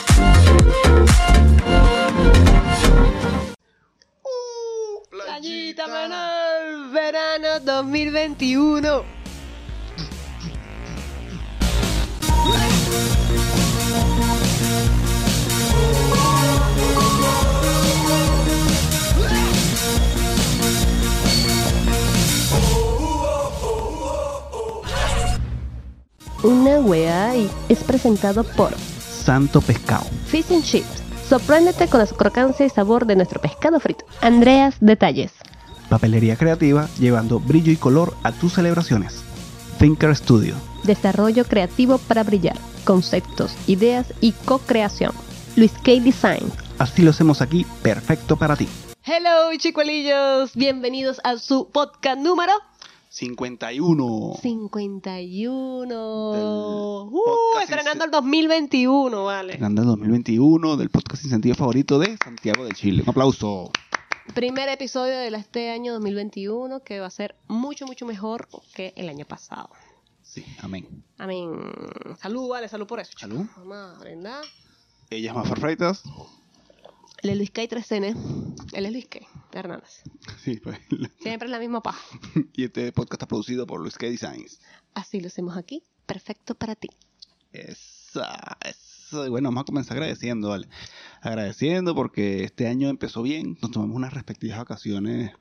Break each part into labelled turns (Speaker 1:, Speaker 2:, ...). Speaker 1: ¡Uh! Una wea ahí es presentado por
Speaker 2: Santo Pescado.
Speaker 1: Fish and Chips. Sorpréndete con la crocancia y sabor de nuestro pescado frito. Andreas Detalles.
Speaker 2: Papelería creativa llevando brillo y color a tus celebraciones. Thinker Studio.
Speaker 1: Desarrollo creativo para brillar. Conceptos, ideas y co-creación. Luis K. Design.
Speaker 2: Así lo hacemos aquí, perfecto para ti.
Speaker 1: Hello, chicuelillos. Bienvenidos a su podcast número
Speaker 2: 51.
Speaker 1: 51.
Speaker 2: Del
Speaker 1: Uh,
Speaker 2: podcast
Speaker 1: estrenando
Speaker 2: sin-
Speaker 1: el 2021, vale.
Speaker 2: Fernando del 2021 del podcast sin sentido favorito de Santiago de Chile. Un aplauso.
Speaker 1: Primer episodio de la- este año 2021 que va a ser mucho, mucho mejor que el año pasado.
Speaker 2: Sí, amén.
Speaker 1: Amén. Salud, vale, salud por eso. chicos.
Speaker 2: Salud.
Speaker 1: Vamos a brindar.
Speaker 2: Ella es Maffer Freitas.
Speaker 1: Él es Luis K. 3N. Él es Luis K. Hernández.
Speaker 2: Sí, pues.
Speaker 1: Siempre es la misma paja.
Speaker 2: Y este podcast está producido por Luis K. Designs.
Speaker 1: Así lo hacemos aquí. Perfecto para ti.
Speaker 2: Esa, esa. Y Bueno, vamos a comenzar agradeciendo, ¿vale? Agradeciendo porque este año empezó bien. Nos tomamos unas respectivas vacaciones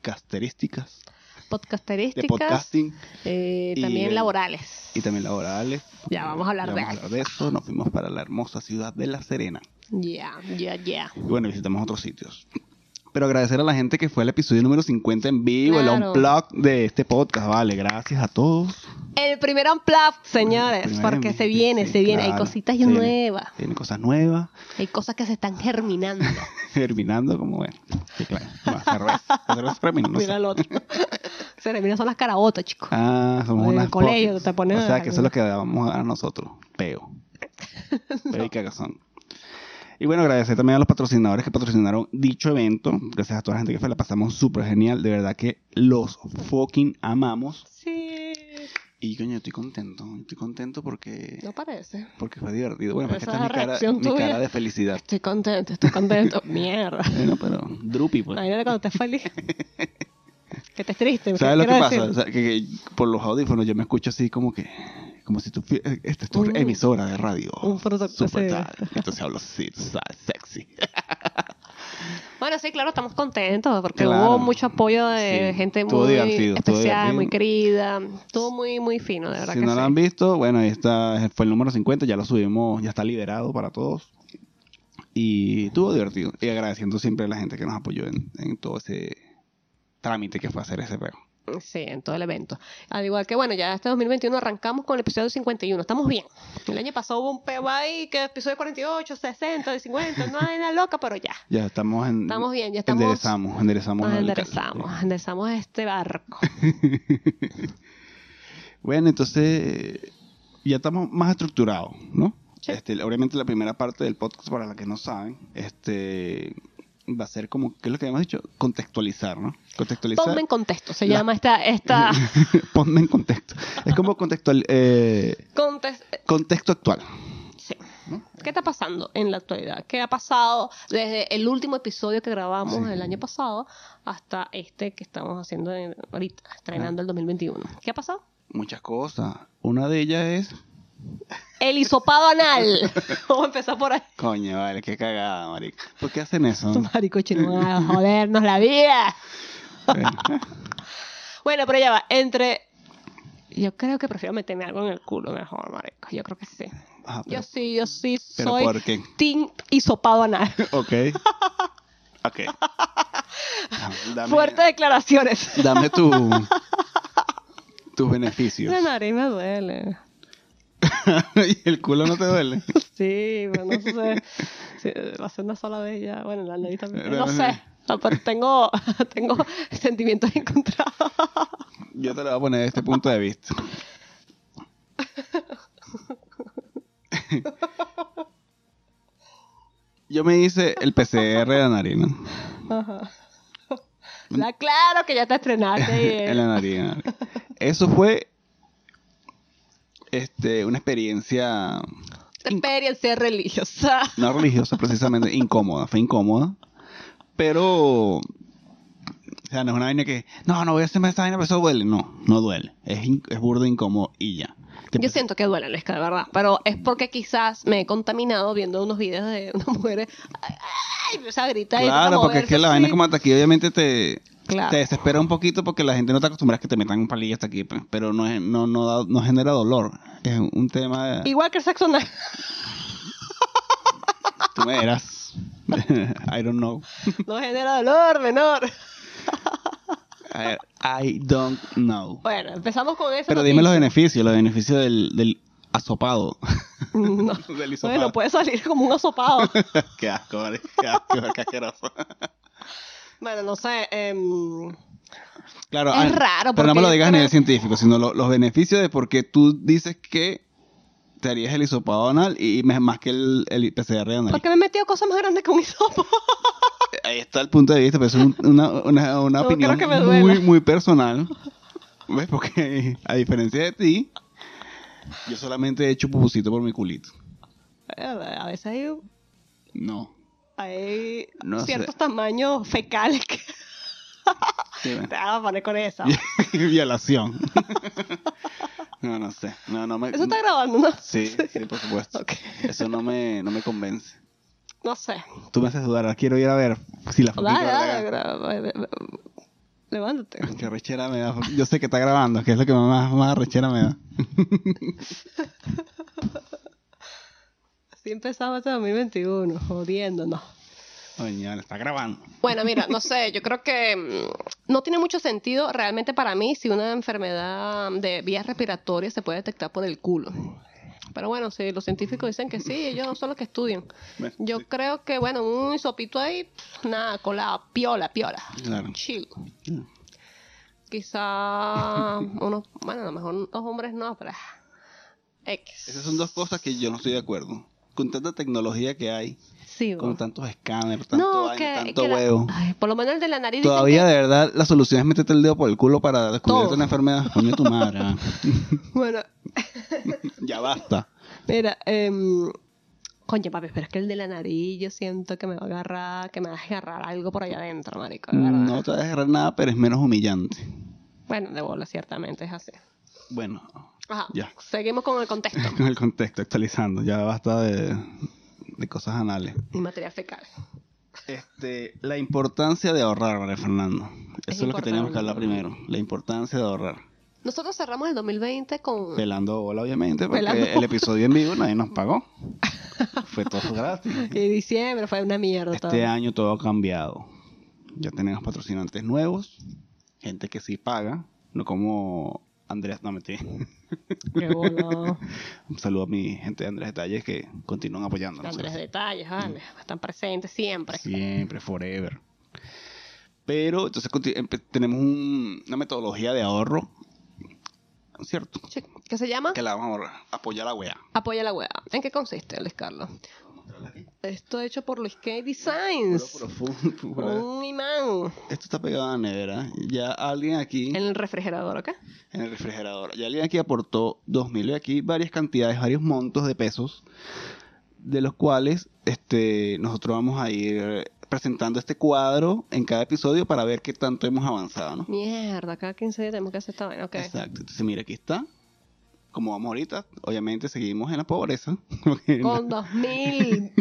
Speaker 2: podcasterísticas, de
Speaker 1: Podcasterísticas.
Speaker 2: podcasting
Speaker 1: eh,
Speaker 2: y
Speaker 1: también
Speaker 2: el-
Speaker 1: laborales.
Speaker 2: y también laborales.
Speaker 1: Ya, vamos a hablar
Speaker 2: Ya
Speaker 1: de
Speaker 2: vamos
Speaker 1: eso.
Speaker 2: hablar eso. Nos fuimos para la hermosa ciudad de La Serena.
Speaker 1: Ya, ya, ya.
Speaker 2: Y bueno, visitamos otros sitios. Pero agradecer a la gente que fue al episodio número 50 en vivo, el
Speaker 1: Claro.
Speaker 2: unplug de este podcast, ¿vale? Gracias a todos.
Speaker 1: El primer unplug, señores.
Speaker 2: Primero
Speaker 1: porque
Speaker 2: en
Speaker 1: se
Speaker 2: vivo,
Speaker 1: viene,
Speaker 2: sí,
Speaker 1: se viene. Hay
Speaker 2: claro.
Speaker 1: cositas
Speaker 2: Se viene-
Speaker 1: nuevas.
Speaker 2: Tienen cosas nuevas.
Speaker 1: Hay cosas que se están germinando.
Speaker 2: terminando como bueno. Sí, claro. Más cerveza. La cerveza termina, no sé.
Speaker 1: Mira el otro. se terminan son las carabotas, chicos.
Speaker 2: Ah, somos
Speaker 1: En el
Speaker 2: unas
Speaker 1: colegio
Speaker 2: popis.
Speaker 1: te ponen
Speaker 2: O sea, que eso
Speaker 1: algo.
Speaker 2: es lo que dábamos a nosotros. Peo. Peo y cagazón. Y bueno, agradecer también a los patrocinadores que patrocinaron dicho evento. Gracias a toda la gente que fue, la pasamos súper genial. De verdad que los fucking amamos.
Speaker 1: Sí.
Speaker 2: Y coño, estoy contento. Estoy contento porque,
Speaker 1: No parece.
Speaker 2: porque fue divertido. Bueno,
Speaker 1: Esa
Speaker 2: porque
Speaker 1: es
Speaker 2: esta
Speaker 1: la
Speaker 2: es mi cara,
Speaker 1: reacción
Speaker 2: mi
Speaker 1: tuya.
Speaker 2: cara de felicidad.
Speaker 1: Estoy contento, estoy contento. Mierda.
Speaker 2: Bueno, pero drupi, pues.
Speaker 1: Imagínate cuando estés feliz. que estés triste.
Speaker 2: ¿Sabes lo que
Speaker 1: quiero
Speaker 2: pasa?
Speaker 1: decir.
Speaker 2: O sea, que, que por los audífonos yo me escucho así como que... Como si tú... fui- eh, Esta es tu
Speaker 1: Un-
Speaker 2: emisora de radio.
Speaker 1: un producto,
Speaker 2: Super
Speaker 1: sí.
Speaker 2: tal. Entonces hablo así, tú sabes, sexy.
Speaker 1: Bueno, sí, claro, estamos contentos porque
Speaker 2: Claro.
Speaker 1: hubo mucho apoyo de
Speaker 2: Sí.
Speaker 1: gente
Speaker 2: Estuvo
Speaker 1: muy
Speaker 2: divertido, estuvo
Speaker 1: especial, muy
Speaker 2: divertido.
Speaker 1: querida. Estuvo muy, muy fino, de verdad
Speaker 2: Si
Speaker 1: que
Speaker 2: no lo
Speaker 1: sí.
Speaker 2: han visto, bueno, esta fue el número 50. Ya lo subimos, ya está liberado para todos. Y estuvo divertido. Y agradeciendo siempre a la gente que nos apoyó en, en todo ese trámite que fue hacer ese peo.
Speaker 1: Sí, en todo el evento. Al igual que, bueno, ya este 2021 arrancamos con el episodio 51. Estamos bien. El año pasado hubo un peo ahí, que episodio 48, 60, 50, no hay nada loca, pero ya.
Speaker 2: Ya estamos en...
Speaker 1: Estamos bien, ya estamos-
Speaker 2: Enderezamos, enderezamos.
Speaker 1: Nos
Speaker 2: el-
Speaker 1: enderezamos, enderezamos este barco.
Speaker 2: Bueno, entonces eh, ya estamos más estructurados, ¿no?
Speaker 1: Sí.
Speaker 2: Este, obviamente la primera parte del podcast, para la que no saben, este va a ser como, ¿qué es lo que habíamos dicho? Contextualizar, ¿no? Contextualizar.
Speaker 1: Ponme en contexto, se
Speaker 2: La-
Speaker 1: llama esta, esta
Speaker 2: Ponme en contexto. Es como contextual, eh,
Speaker 1: context-
Speaker 2: contexto actual.
Speaker 1: Sí. ¿Qué está pasando en la actualidad? ¿Qué ha pasado desde el último episodio que grabamos
Speaker 2: Sí.
Speaker 1: el año pasado hasta este que estamos haciendo en- ahorita,
Speaker 2: Ah.
Speaker 1: estrenando el 2021? ¿Qué ha pasado?
Speaker 2: Muchas cosas. Una de ellas es...
Speaker 1: El hisopado anal. Vamos a empezar por ahí.
Speaker 2: Coño, vale, qué cagada, marica. ¿Por qué hacen eso?
Speaker 1: Marico chino, a jodernos la vida.
Speaker 2: Bueno,
Speaker 1: Bueno, pero ya va, entre... Yo creo que prefiero meterme algo en el culo mejor, marico. Yo creo que sí. Yo
Speaker 2: ajá, ah, pero-
Speaker 1: sí, yo sí
Speaker 2: ¿Pero
Speaker 1: soy
Speaker 2: por qué?
Speaker 1: team hisopado anal.
Speaker 2: Ok. Ok. Ah, Dame-
Speaker 1: Fuertes declaraciones.
Speaker 2: Dame tu, tus beneficios.
Speaker 1: La nariz me duele.
Speaker 2: y el culo no te duele.
Speaker 1: Sí, pero no sé. Sí, va a ser una sola vez ya. Bueno, la ley también.
Speaker 2: Pero-
Speaker 1: No sé. No, pero tengo, tengo sentimientos encontrados.
Speaker 2: Yo te lo voy a poner desde este punto de vista. Yo me hice el PCR de la nariz, ¿no?
Speaker 1: Ajá. Ya, claro que ya te estrenaste. y, eh,
Speaker 2: en la nariz. en la nariz. Eso fue este, una experiencia
Speaker 1: Experiencia religiosa.
Speaker 2: no religiosa precisamente, incómoda, fue incómoda. Pero, o sea, no es una vaina que, pues, no, no voy a hacerme esa vaina, pero eso duele. No, no duele. Es, in- es burdo incómodo y ya.
Speaker 1: Yo siento que duele, Luis, que de verdad. Pero es porque quizás me he contaminado viendo unos videos de unas mujeres. ¡Ay! ay, empieza a gritar. y empieza
Speaker 2: Claro,
Speaker 1: a
Speaker 2: porque es que
Speaker 1: moverse
Speaker 2: la vaina
Speaker 1: así.
Speaker 2: como hasta aquí obviamente te,
Speaker 1: Claro.
Speaker 2: te desespera un poquito porque la gente no te acostumbra a que te metan un palillo hasta aquí, pues, pero no, es- no, no, da- no genera dolor. Es un tema... de-
Speaker 1: Igual que el sexo anal.
Speaker 2: Tú me verás. I don't know.
Speaker 1: No genera dolor, menor.
Speaker 2: A ver, I don't know.
Speaker 1: Bueno, empezamos con eso.
Speaker 2: Pero dime los beneficios, los beneficios del, del asopado.
Speaker 1: No.
Speaker 2: del hisopado.
Speaker 1: Bueno, puede salir como un asopado.
Speaker 2: qué asco, vale, qué asco, qué asqueroso.
Speaker 1: bueno, no sé. em,
Speaker 2: Claro,
Speaker 1: Es
Speaker 2: ah,
Speaker 1: raro,
Speaker 2: Pero no
Speaker 1: porque
Speaker 2: me lo
Speaker 1: yo
Speaker 2: digas a
Speaker 1: creo-
Speaker 2: nivel científico, sino lo- los beneficios de por qué tú dices que te harías el hisopado anal y me- más que el, el PCR anal.
Speaker 1: porque me he metido cosas más grandes que un hisopo.
Speaker 2: Ahí está el punto de vista, pero es un- una, una, una
Speaker 1: No,
Speaker 2: opinión
Speaker 1: creo que me duela.
Speaker 2: muy, muy personal. ¿Ves? Porque a diferencia de ti, yo solamente he hecho pupusito por mi culito.
Speaker 1: Eh, A veces hay,
Speaker 2: No.
Speaker 1: hay
Speaker 2: No sé.
Speaker 1: ciertos tamaños fecales que
Speaker 2: Sí, ven.
Speaker 1: te vas a poner con esa.
Speaker 2: Violación. no, no sé. No, no me...
Speaker 1: Eso está grabando, ¿no?
Speaker 2: Sí, sí, por supuesto.
Speaker 1: Ok.
Speaker 2: Eso no me, no me convence.
Speaker 1: No sé.
Speaker 2: Tú me haces dudar, ahora quiero ir a ver si la fotito
Speaker 1: Dale,
Speaker 2: la
Speaker 1: dale,
Speaker 2: graba.
Speaker 1: gra- gra- eh, Levántate.
Speaker 2: Qué arrechera me da. Yo sé que está grabando, que es lo que más, más arrechera me da.
Speaker 1: Así empezaba este 2021, jodiéndonos.
Speaker 2: Coño, está grabando.
Speaker 1: Bueno, mira, no sé, yo creo que mm, no tiene mucho sentido realmente para mí si una enfermedad de vías respiratorias se puede detectar por el culo. Pero bueno, si los científicos dicen que sí, ellos son los que estudian.
Speaker 2: Bueno,
Speaker 1: Yo creo que, bueno, un sopito ahí, pff, nada, colado, piola, piola.
Speaker 2: Claro.
Speaker 1: Chill. Quizá unos, bueno, a lo mejor los hombres no, pero... ah, X.
Speaker 2: Esas son dos cosas que yo no estoy de acuerdo. Con tanta tecnología que hay,
Speaker 1: Sí,
Speaker 2: con
Speaker 1: bueno.
Speaker 2: tantos escáneres, tanto, vaina, tanto
Speaker 1: que la-
Speaker 2: huevo.
Speaker 1: Ay, por lo menos el de la nariz dicen
Speaker 2: Todavía de verdad la solución es meterte el dedo por el culo para descubrirte
Speaker 1: Todo.
Speaker 2: una enfermedad. Coño tu madre. ah.
Speaker 1: que- Bueno,
Speaker 2: ya basta.
Speaker 1: mira, em, coño, papi, pero es que el de la nariz yo siento que me va a agarrar, que me va a agarrar algo por allá adentro, marico, de verdad.
Speaker 2: No te vas a agarrar nada, pero es menos humillante.
Speaker 1: Bueno, de bola, ciertamente, es así.
Speaker 2: Bueno,
Speaker 1: Ajá,
Speaker 2: Ya.
Speaker 1: seguimos con el contexto
Speaker 2: con el contexto actualizando, ya basta de, de cosas anales.
Speaker 1: y material fecal.
Speaker 2: Este, la importancia de ahorrar, María
Speaker 1: Es
Speaker 2: Fernando. Eso es, lo que
Speaker 1: importante.
Speaker 2: teníamos que hablar primero. La importancia de ahorrar.
Speaker 1: Nosotros cerramos el 2020 con...
Speaker 2: Pelando bola, obviamente, porque
Speaker 1: Pelando
Speaker 2: el episodio en vivo nadie nos pagó. Fue todo gratis.
Speaker 1: Y diciembre fue una mierda todo.
Speaker 2: Este año todo ha cambiado. Ya tenemos patrocinantes nuevos, gente que sí paga, no como Andrés, no mentira.
Speaker 1: Qué bolo.
Speaker 2: Un saludo a mi gente de Andrés Detalles que continúan apoyándonos.
Speaker 1: Andrés detalles, vale.
Speaker 2: Mm.
Speaker 1: Están presentes siempre.
Speaker 2: Siempre, forever. Pero entonces conti- empe- tenemos un- una metodología de ahorro, ¿cierto?
Speaker 1: Sí, ¿Qué se llama?
Speaker 2: Que la vamos a ahorrar. Apoyar la wea.
Speaker 1: Apoya la web. ¿En qué consiste, Luis Carlos? Esto hecho por Luis K. Designs.
Speaker 2: Puro profundo, puro-
Speaker 1: Un imán
Speaker 2: Esto está pegado a la nevera. Ya alguien aquí,
Speaker 1: en el refrigerador, ¿ok?
Speaker 2: en el refrigerador, ya alguien aquí aportó 2.000 y aquí varias cantidades, varios montos de pesos, de los cuales este, nosotros vamos a ir presentando este cuadro en cada episodio para ver qué tanto hemos avanzado, ¿no?
Speaker 1: Mierda, cada 15 días tenemos que hacer esta vaina, ¿ok?
Speaker 2: Exacto. Entonces, mira, aquí está. Como vamos ahorita, obviamente seguimos en la pobreza. porque
Speaker 1: Con 2000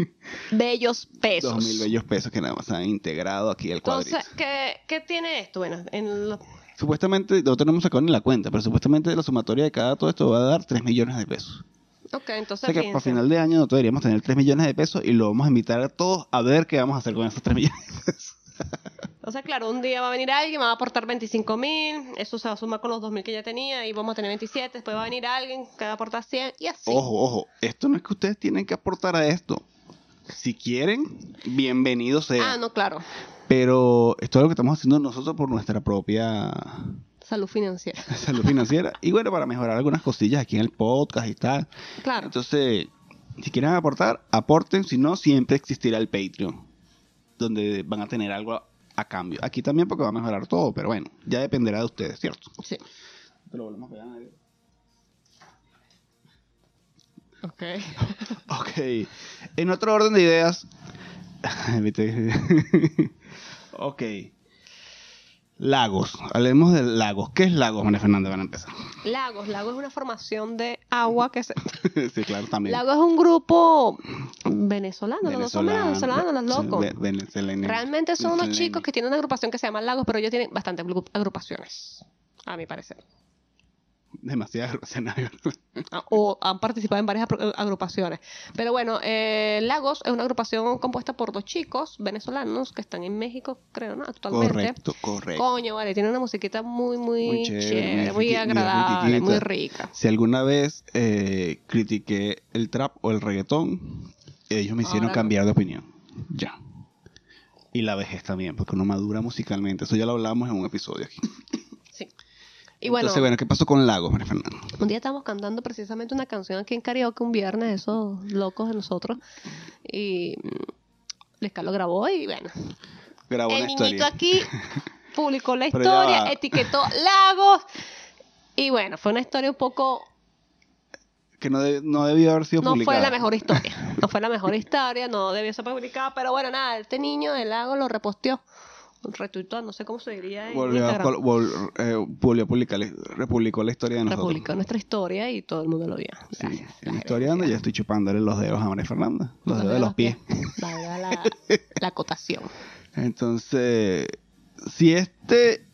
Speaker 1: bellos pesos.
Speaker 2: Dos mil bellos pesos que nada más han integrado aquí el cuadrito.
Speaker 1: Entonces, ¿qué, qué tiene esto? Bueno, en lo-
Speaker 2: supuestamente, no tenemos sacado ni la cuenta, pero supuestamente la sumatoria de cada todo esto va a dar 3 millones de pesos.
Speaker 1: ok,
Speaker 2: O
Speaker 1: entonces
Speaker 2: sea que para
Speaker 1: piensa.
Speaker 2: final de año nosotros deberíamos tener 3 millones de pesos y lo vamos a invitar a todos a ver qué vamos a hacer con esos 3 millones.
Speaker 1: Entonces, claro, un día va a venir alguien, me va a aportar 25 mil, eso se va a sumar con los 2 mil que ya tenía y vamos a tener 27, después va a venir alguien que va a aportar 100 y así.
Speaker 2: Ojo, ojo, esto no es que ustedes tienen que aportar a esto. Si quieren, bienvenidos sea.
Speaker 1: Ah, no, claro.
Speaker 2: Pero esto es lo que estamos haciendo nosotros por nuestra propia
Speaker 1: Salud financiera.
Speaker 2: salud financiera. Y bueno, para mejorar algunas cosillas aquí en el podcast y tal.
Speaker 1: Claro.
Speaker 2: Entonces, si quieren aportar, aporten. Si no, siempre existirá el Patreon, donde van a tener algo a, a cambio. Aquí también porque va a mejorar todo, pero bueno, ya dependerá de ustedes, ¿cierto?
Speaker 1: Sí. Ok.
Speaker 2: Ok. En otro orden de ideas. Viste. ok. Lagos. Hablemos de lagos. ¿Qué es lagos, María Fernanda? Van a empezar.
Speaker 1: Lagos. Lagos es una formación de agua que se...
Speaker 2: sí, claro, también.
Speaker 1: Lago es un grupo venezolano, no son
Speaker 2: Venezolano,
Speaker 1: venezolanos, los
Speaker 2: ve-
Speaker 1: locos.
Speaker 2: ve- venezolanos.
Speaker 1: Realmente son unos
Speaker 2: Venezolanos.
Speaker 1: chicos que tienen una agrupación que se llama Lagos, pero ellos tienen bastantes agru- agrupaciones, a mi parecer.
Speaker 2: Demasiadas agrupaciones.
Speaker 1: Ah, O han participado en varias apro- agrupaciones. Pero bueno, eh, Lagos es una agrupación compuesta por dos chicos venezolanos que están en México, creo, ¿no? Actualmente.
Speaker 2: correcto, correcto.
Speaker 1: Coño, vale, tiene una musiquita muy, muy,
Speaker 2: Muy
Speaker 1: chévere,
Speaker 2: chévere, muy
Speaker 1: muy
Speaker 2: riqui- muy
Speaker 1: agradable, muy
Speaker 2: riquiquita.
Speaker 1: rica.
Speaker 2: Si alguna vez eh, critiqué el trap o el reggaetón, ellos me hicieron
Speaker 1: Ahora no.
Speaker 2: cambiar de opinión. Ya. Y la vejez también, porque uno madura musicalmente. Eso ya lo hablamos en un episodio aquí.
Speaker 1: Sí. Y bueno,
Speaker 2: Entonces, bueno, ¿qué pasó con Lagos, María Fernanda?
Speaker 1: Un día estábamos cantando precisamente una canción aquí en karaoke un viernes, esos locos de nosotros. Y mm, Lesca lo grabó y bueno.
Speaker 2: Grabó
Speaker 1: el
Speaker 2: una
Speaker 1: niñito
Speaker 2: historia.
Speaker 1: aquí publicó la
Speaker 2: Pero ya
Speaker 1: historia,
Speaker 2: va.
Speaker 1: etiquetó Lagos. Y bueno, fue una historia un poco.
Speaker 2: Que no, de- no debió haber sido
Speaker 1: No
Speaker 2: publicada.
Speaker 1: fue la mejor historia. No fue la mejor historia, no debió ser publicada. Pero bueno, nada, este niño de Lagos lo reposteó. Retuitó, no sé cómo se diría. en
Speaker 2: Volvió a,
Speaker 1: Instagram.
Speaker 2: col- vol- eh, volvió a publicar, republicó la historia de nosotros.
Speaker 1: Republicó nuestra historia y todo el mundo lo vio.
Speaker 2: Sí,
Speaker 1: Gracias.
Speaker 2: en la historia ando, ya estoy chupándole los dedos a María Fernanda. Los, dedos de los pies.
Speaker 1: Valga la, la acotación.
Speaker 2: Entonces, si este.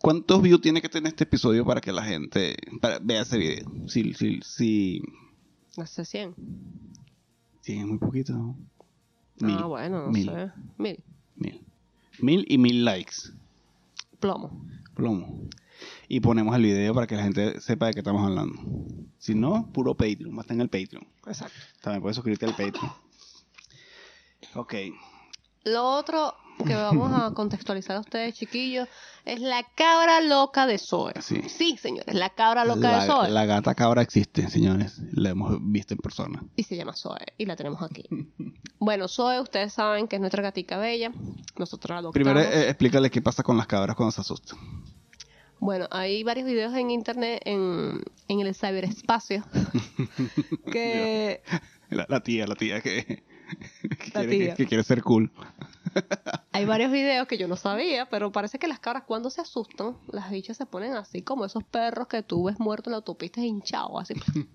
Speaker 2: ¿Cuántos views tiene que tener este episodio para que la gente para- vea ese video? Si, si, si,
Speaker 1: No sé, 100.
Speaker 2: si es muy poquito. ¿no?
Speaker 1: ah, bueno, no
Speaker 2: mil,
Speaker 1: sé. Mil.
Speaker 2: Mil. Mil y mil likes.
Speaker 1: Plomo.
Speaker 2: Plomo. Y ponemos el video para que la gente sepa de qué estamos hablando. Si no, puro Patreon. Basta en el Patreon.
Speaker 1: Exacto.
Speaker 2: También puedes suscribirte al Patreon. Ok.
Speaker 1: Lo otro que vamos a contextualizar a ustedes, chiquillos, es la cabra loca de Zoe.
Speaker 2: Sí.
Speaker 1: señores, la cabra loca de
Speaker 2: La,
Speaker 1: Zoe.
Speaker 2: la gata cabra existe, señores. La hemos visto en persona.
Speaker 1: Y se llama Zoe, y la tenemos aquí. Bueno, Zoe, ustedes saben que es nuestra gatica bella. Nosotros la adoptamos.
Speaker 2: Primero, eh, explícale qué pasa con las cabras cuando se asustan.
Speaker 1: Bueno, hay varios videos en internet, en, en el ciberespacio, que
Speaker 2: La, la tía, la tía que, que
Speaker 1: La
Speaker 2: quiere,
Speaker 1: tía.
Speaker 2: que- que quiere ser cool.
Speaker 1: Hay varios videos que yo no sabía, pero parece que las cabras cuando se asustan, las bichas se ponen así como esos perros que tú ves muertos en la autopista hinchados, así. Con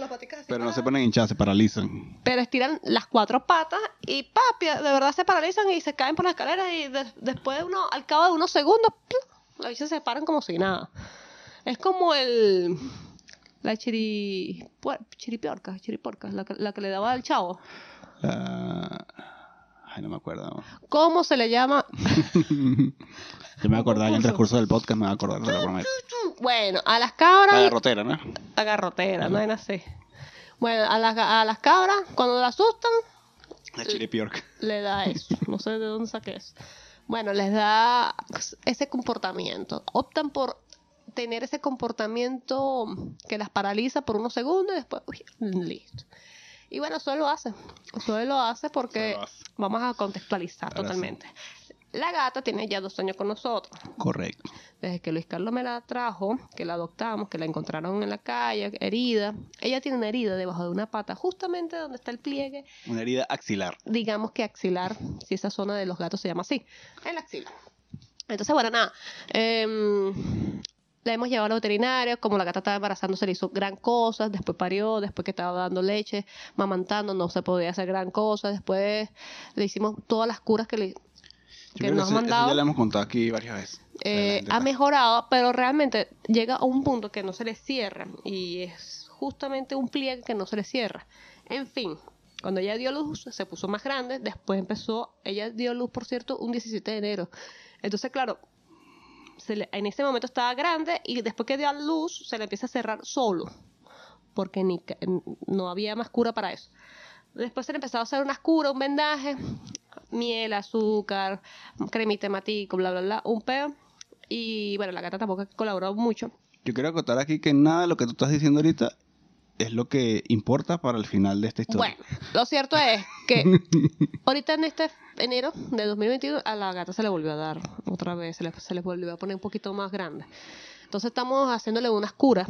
Speaker 1: las paticas así,
Speaker 2: Pero no
Speaker 1: ah.
Speaker 2: se ponen hinchadas, se paralizan.
Speaker 1: Pero estiran las cuatro patas y papi, de verdad se paralizan y se caen por las escaleras y de- después de uno, al cabo de unos segundos, ¡pluf! las bichas se paran como si nada. Es como el... La chiri... puer- chiripiorca, chiriporca, la que, la que le daba al chavo.
Speaker 2: La- Ay, no me acuerdo.
Speaker 1: ¿Cómo se le llama?
Speaker 2: Yo me voy a acordar en el transcurso del podcast, me voy a acordar, te lo prometo.
Speaker 1: Bueno, a las
Speaker 2: La
Speaker 1: cabras...
Speaker 2: garrotera, ¿no?
Speaker 1: a garrotera, no es así. Bueno, a las, ga- a las cabras, cuando la asustan,
Speaker 2: La chiripiorca.
Speaker 1: le da eso. No sé de dónde saqué eso. Bueno, les da ese comportamiento. Optan por tener ese comportamiento que las paraliza por unos segundos y después, uy, listo. Y bueno, Zoe lo hace. Zoe lo hace porque
Speaker 2: Zoe lo hace.
Speaker 1: vamos a contextualizar
Speaker 2: Ahora sí.
Speaker 1: totalmente. La gata tiene ya dos años con nosotros
Speaker 2: Correcto.
Speaker 1: desde que Luis Carlos me la trajo, que la adoptamos, que la encontraron en la calle, herida. Ella tiene una herida debajo de una pata, justamente donde está el pliegue,
Speaker 2: Una herida axilar.
Speaker 1: digamos que axilar, si esa zona de los gatos se llama así, el axilar. Entonces, bueno, nada, em, la hemos llevado al veterinario, como la gata estaba embarazando se le hizo gran cosa, después parió, después que estaba dando leche, mamantando, no se podía hacer gran cosa, después le hicimos todas las curas que le,
Speaker 2: Yo
Speaker 1: que
Speaker 2: creo
Speaker 1: nos
Speaker 2: eso-
Speaker 1: han
Speaker 2: eso
Speaker 1: mandado.
Speaker 2: ya le hemos contado aquí varias veces.
Speaker 1: Eh,
Speaker 2: Adelante,
Speaker 1: ha
Speaker 2: pa.
Speaker 1: mejorado, pero realmente llega a un punto que no se le cierra y es justamente un pliegue que no se le cierra. En fin, cuando ella dio luz se puso más grande, después empezó, ella dio luz por cierto un 17 de enero. Entonces, claro, se le- en ese momento estaba grande y después que dio a luz se le empieza a cerrar solo, porque ni, ca- n- no había más cura para eso. Después se le empezó a hacer unas curas, un vendaje, miel, azúcar, cremita matico, bla, bla, bla, un peo. Y bueno, la gata tampoco colaboró mucho.
Speaker 2: Yo quiero acotar aquí que nada de lo que tú estás diciendo ahorita es lo que importa para el final de esta historia.
Speaker 1: Bueno, lo cierto es que ahorita en este enero de 2021 a la gata se le volvió a dar otra vez, se le, se le volvió a poner un poquito más grande. Entonces estamos haciéndole unas curas.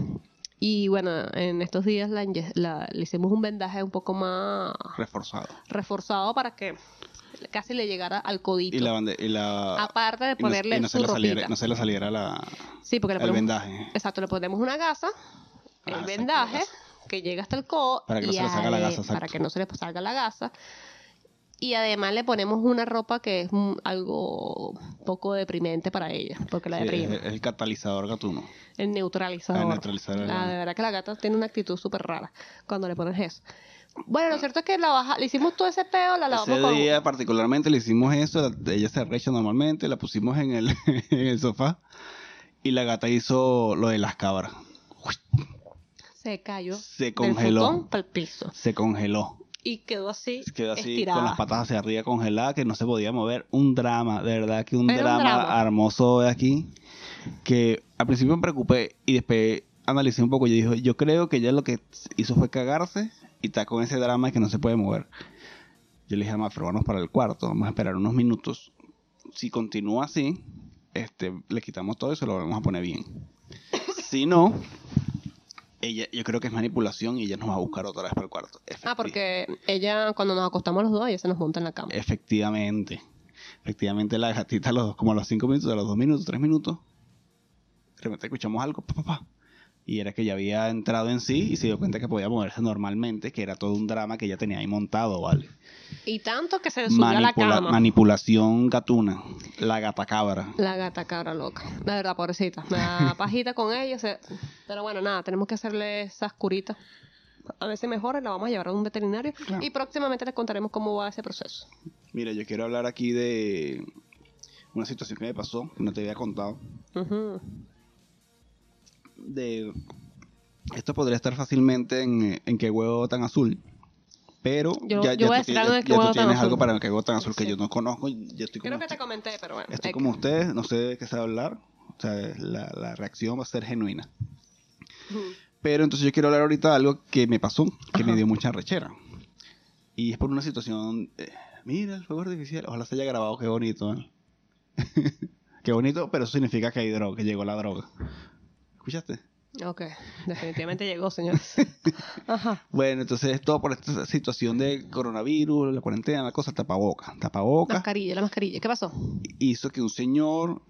Speaker 1: Y bueno, en estos días la inye- la- le hicimos un vendaje un poco más
Speaker 2: Reforzado.
Speaker 1: reforzado para que casi le llegara al codito.
Speaker 2: Y la, bande- y la
Speaker 1: Aparte de
Speaker 2: Ah, y no-
Speaker 1: ponerle
Speaker 2: y no, se
Speaker 1: su
Speaker 2: le saliera,
Speaker 1: ropita.
Speaker 2: no se le saliera la,
Speaker 1: Sí, porque le
Speaker 2: el
Speaker 1: ponemos,
Speaker 2: vendaje.
Speaker 1: Exacto, le ponemos una gasa,
Speaker 2: Ah,
Speaker 1: el
Speaker 2: exacto,
Speaker 1: vendaje,
Speaker 2: la gasa.
Speaker 1: que llega hasta el codo.
Speaker 2: Para que no
Speaker 1: y
Speaker 2: se le salga la
Speaker 1: ade-
Speaker 2: gasa, exacto.
Speaker 1: Para que no se le salga la gasa. Y además le ponemos una ropa que es un- algo poco deprimente para ella, porque la
Speaker 2: Sí, es,
Speaker 1: deprime.
Speaker 2: es el catalizador gatuno.
Speaker 1: El neutralizador.
Speaker 2: Ah, el neutralizador,
Speaker 1: La,
Speaker 2: ya.
Speaker 1: de verdad que la gata tiene una actitud súper rara cuando le pones eso. Bueno, lo cierto es que la baja, le hicimos todo ese peo, la lavamos
Speaker 2: Ese
Speaker 1: con...
Speaker 2: día particularmente le hicimos eso, la- ella se arrecha normalmente, la pusimos en el, en el sofá y la gata hizo lo de las cabras.
Speaker 1: Se cayó.
Speaker 2: Se
Speaker 1: Del
Speaker 2: congeló.
Speaker 1: para el piso.
Speaker 2: Se congeló.
Speaker 1: Y quedó así,
Speaker 2: Quedó así
Speaker 1: estirada.
Speaker 2: con las patas hacia arriba congelada que no se podía mover. Un drama, de verdad que un
Speaker 1: Era un
Speaker 2: drama,
Speaker 1: drama.
Speaker 2: hermoso de aquí. Que al principio me preocupé y después analicé un poco. Yo dije, yo creo que ella lo que hizo fue cagarse y está con ese drama de que no se puede mover. Yo le dije a Mafra, vamos para el cuarto, vamos a esperar unos minutos. Si continúa así, este, le quitamos todo y se lo volvemos a poner bien. Si no, ella, yo creo que es manipulación y ella nos va a buscar otra vez para el cuarto.
Speaker 1: Ah, porque ella, cuando nos acostamos los dos, ella se nos monta en la cama.
Speaker 2: Eh, Efectivamente. Efectivamente, la gatita a los, como a los 5 minutos, a los 2 minutos, 3 minutos. De repente escuchamos algo, pa, pa, pa. Y era que ya había entrado en sí y se dio cuenta que podía moverse normalmente, que era todo un drama que ya tenía ahí montado, ¿vale?
Speaker 1: Y tanto que se subió a la
Speaker 2: Manipula-
Speaker 1: cama.
Speaker 2: Manipulación gatuna. La gata cabra.
Speaker 1: La gata cabra loca. La verdad, pobrecita. Me da pajita con ella. se- Pero bueno, nada, tenemos que hacerle esas curitas. A veces mejora y la vamos a llevar a un veterinario.
Speaker 2: Claro.
Speaker 1: Y próximamente les contaremos cómo va ese proceso.
Speaker 2: Mira, yo quiero hablar aquí de una situación que me pasó, que no te había contado.
Speaker 1: Ujú.
Speaker 2: de esto podría estar fácilmente en, en qué huevo tan azul. Pero
Speaker 1: Yo-
Speaker 2: ya,
Speaker 1: yo
Speaker 2: ya
Speaker 1: voy a
Speaker 2: tú
Speaker 1: decir
Speaker 2: tienes,
Speaker 1: algo de Qué
Speaker 2: ya tú
Speaker 1: Huevo Tan
Speaker 2: tienes
Speaker 1: Azul.
Speaker 2: algo para el que huevo tan azul que
Speaker 1: Sí.
Speaker 2: yo no conozco. Yo estoy como,
Speaker 1: Creo que te comenté, pero bueno.
Speaker 2: estoy
Speaker 1: eh,
Speaker 2: como ustedes, no sé de qué se va a hablar. O sea, la, la reacción va a ser genuina.
Speaker 1: ujú.
Speaker 2: Pero entonces yo quiero hablar ahorita de algo que me pasó, que me
Speaker 1: Ajá.
Speaker 2: dio mucha rechera. Y es por una situación. eh, mira, el fuego artificial. Ojalá se haya grabado, qué bonito. ¿eh? qué bonito, pero eso significa que hay droga, que llegó la droga. ¿Escuchaste?
Speaker 1: Ok, definitivamente llegó, señores. Ajá.
Speaker 2: Bueno, entonces todo por esta situación de coronavirus, la cuarentena, la cosa, tapaboca. Tapaboca
Speaker 1: Mascarilla, la mascarilla. ¿Qué pasó?
Speaker 2: hizo que un señor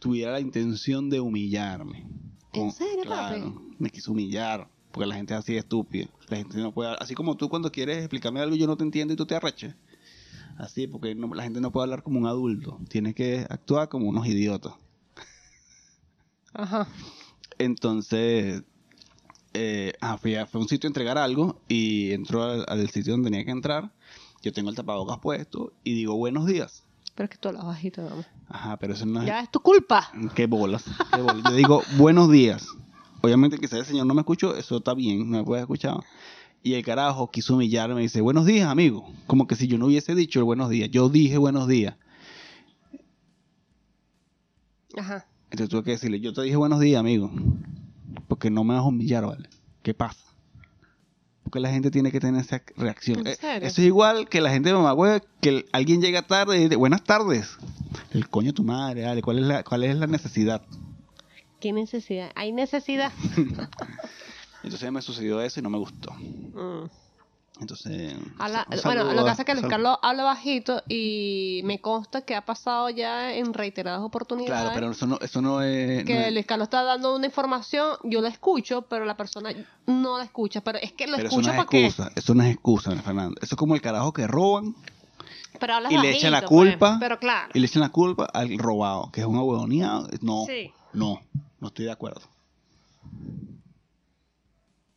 Speaker 2: tuviera la intención de humillarme.
Speaker 1: ¿En
Speaker 2: Con-
Speaker 1: serio,
Speaker 2: claro,
Speaker 1: papi?
Speaker 2: Me quiso humillar, porque la gente es así de estúpida. La gente no puede, así como tú cuando quieres explicarme algo y yo no te entiendo y tú te arreches. Así, porque no- la gente no puede hablar como un adulto, tiene que actuar como unos idiotas.
Speaker 1: Ajá.
Speaker 2: Entonces, eh, ah, fui a, fue a un sitio a entregar algo y entró al, al sitio donde tenía que entrar. Yo tengo el tapabocas puesto y digo buenos días.
Speaker 1: Pero es que tú hablas bajito, vamos.
Speaker 2: Ajá, pero eso no es.
Speaker 1: Ya es tu culpa.
Speaker 2: Qué bolas. qué bolas. Yo digo buenos días. Obviamente, quizás el señor no me escuchó, eso está bien, no me puede escuchar. Y el carajo quiso humillarme y dice buenos días, amigo. Como que si yo no hubiese dicho el buenos días, yo dije buenos días.
Speaker 1: Ajá.
Speaker 2: Entonces tuve que decirle, yo te dije buenos días, amigo. Porque no me vas a humillar, ¿vale? ¿Qué pasa? Porque la gente tiene que tener esa reacción.
Speaker 1: ¿En
Speaker 2: Eh,
Speaker 1: serio?
Speaker 2: Eso es igual que la gente de mamagüey, que el- alguien llega tarde y dice, buenas tardes. El coño de tu madre, dale, ¿cuál es la, cuál es la necesidad?
Speaker 1: ¿Qué necesidad? Hay necesidad.
Speaker 2: Entonces me sucedió eso y no me gustó.
Speaker 1: Mm.
Speaker 2: Entonces...
Speaker 1: Habla-
Speaker 2: un saludo
Speaker 1: bueno, lo que
Speaker 2: a-
Speaker 1: pasa es que Luis
Speaker 2: sal-
Speaker 1: Carlos habla bajito y me consta que ha pasado ya en reiteradas oportunidades.
Speaker 2: Claro, pero eso no, eso no es... no
Speaker 1: ¿eh? Que
Speaker 2: es-
Speaker 1: Luis Carlos está dando una información, yo la escucho, pero la persona no la escucha. Pero es que lo
Speaker 2: pero eso
Speaker 1: escucho
Speaker 2: no es
Speaker 1: porque.
Speaker 2: excusa, eso no es excusa, Ana Fernanda. Eso es como el carajo que roban
Speaker 1: Pero hablas
Speaker 2: y le
Speaker 1: bajito,
Speaker 2: echan la
Speaker 1: pues.
Speaker 2: culpa
Speaker 1: Pero claro.
Speaker 2: y le echan la culpa al robado que es un huevoneado no
Speaker 1: Sí.
Speaker 2: no no estoy de acuerdo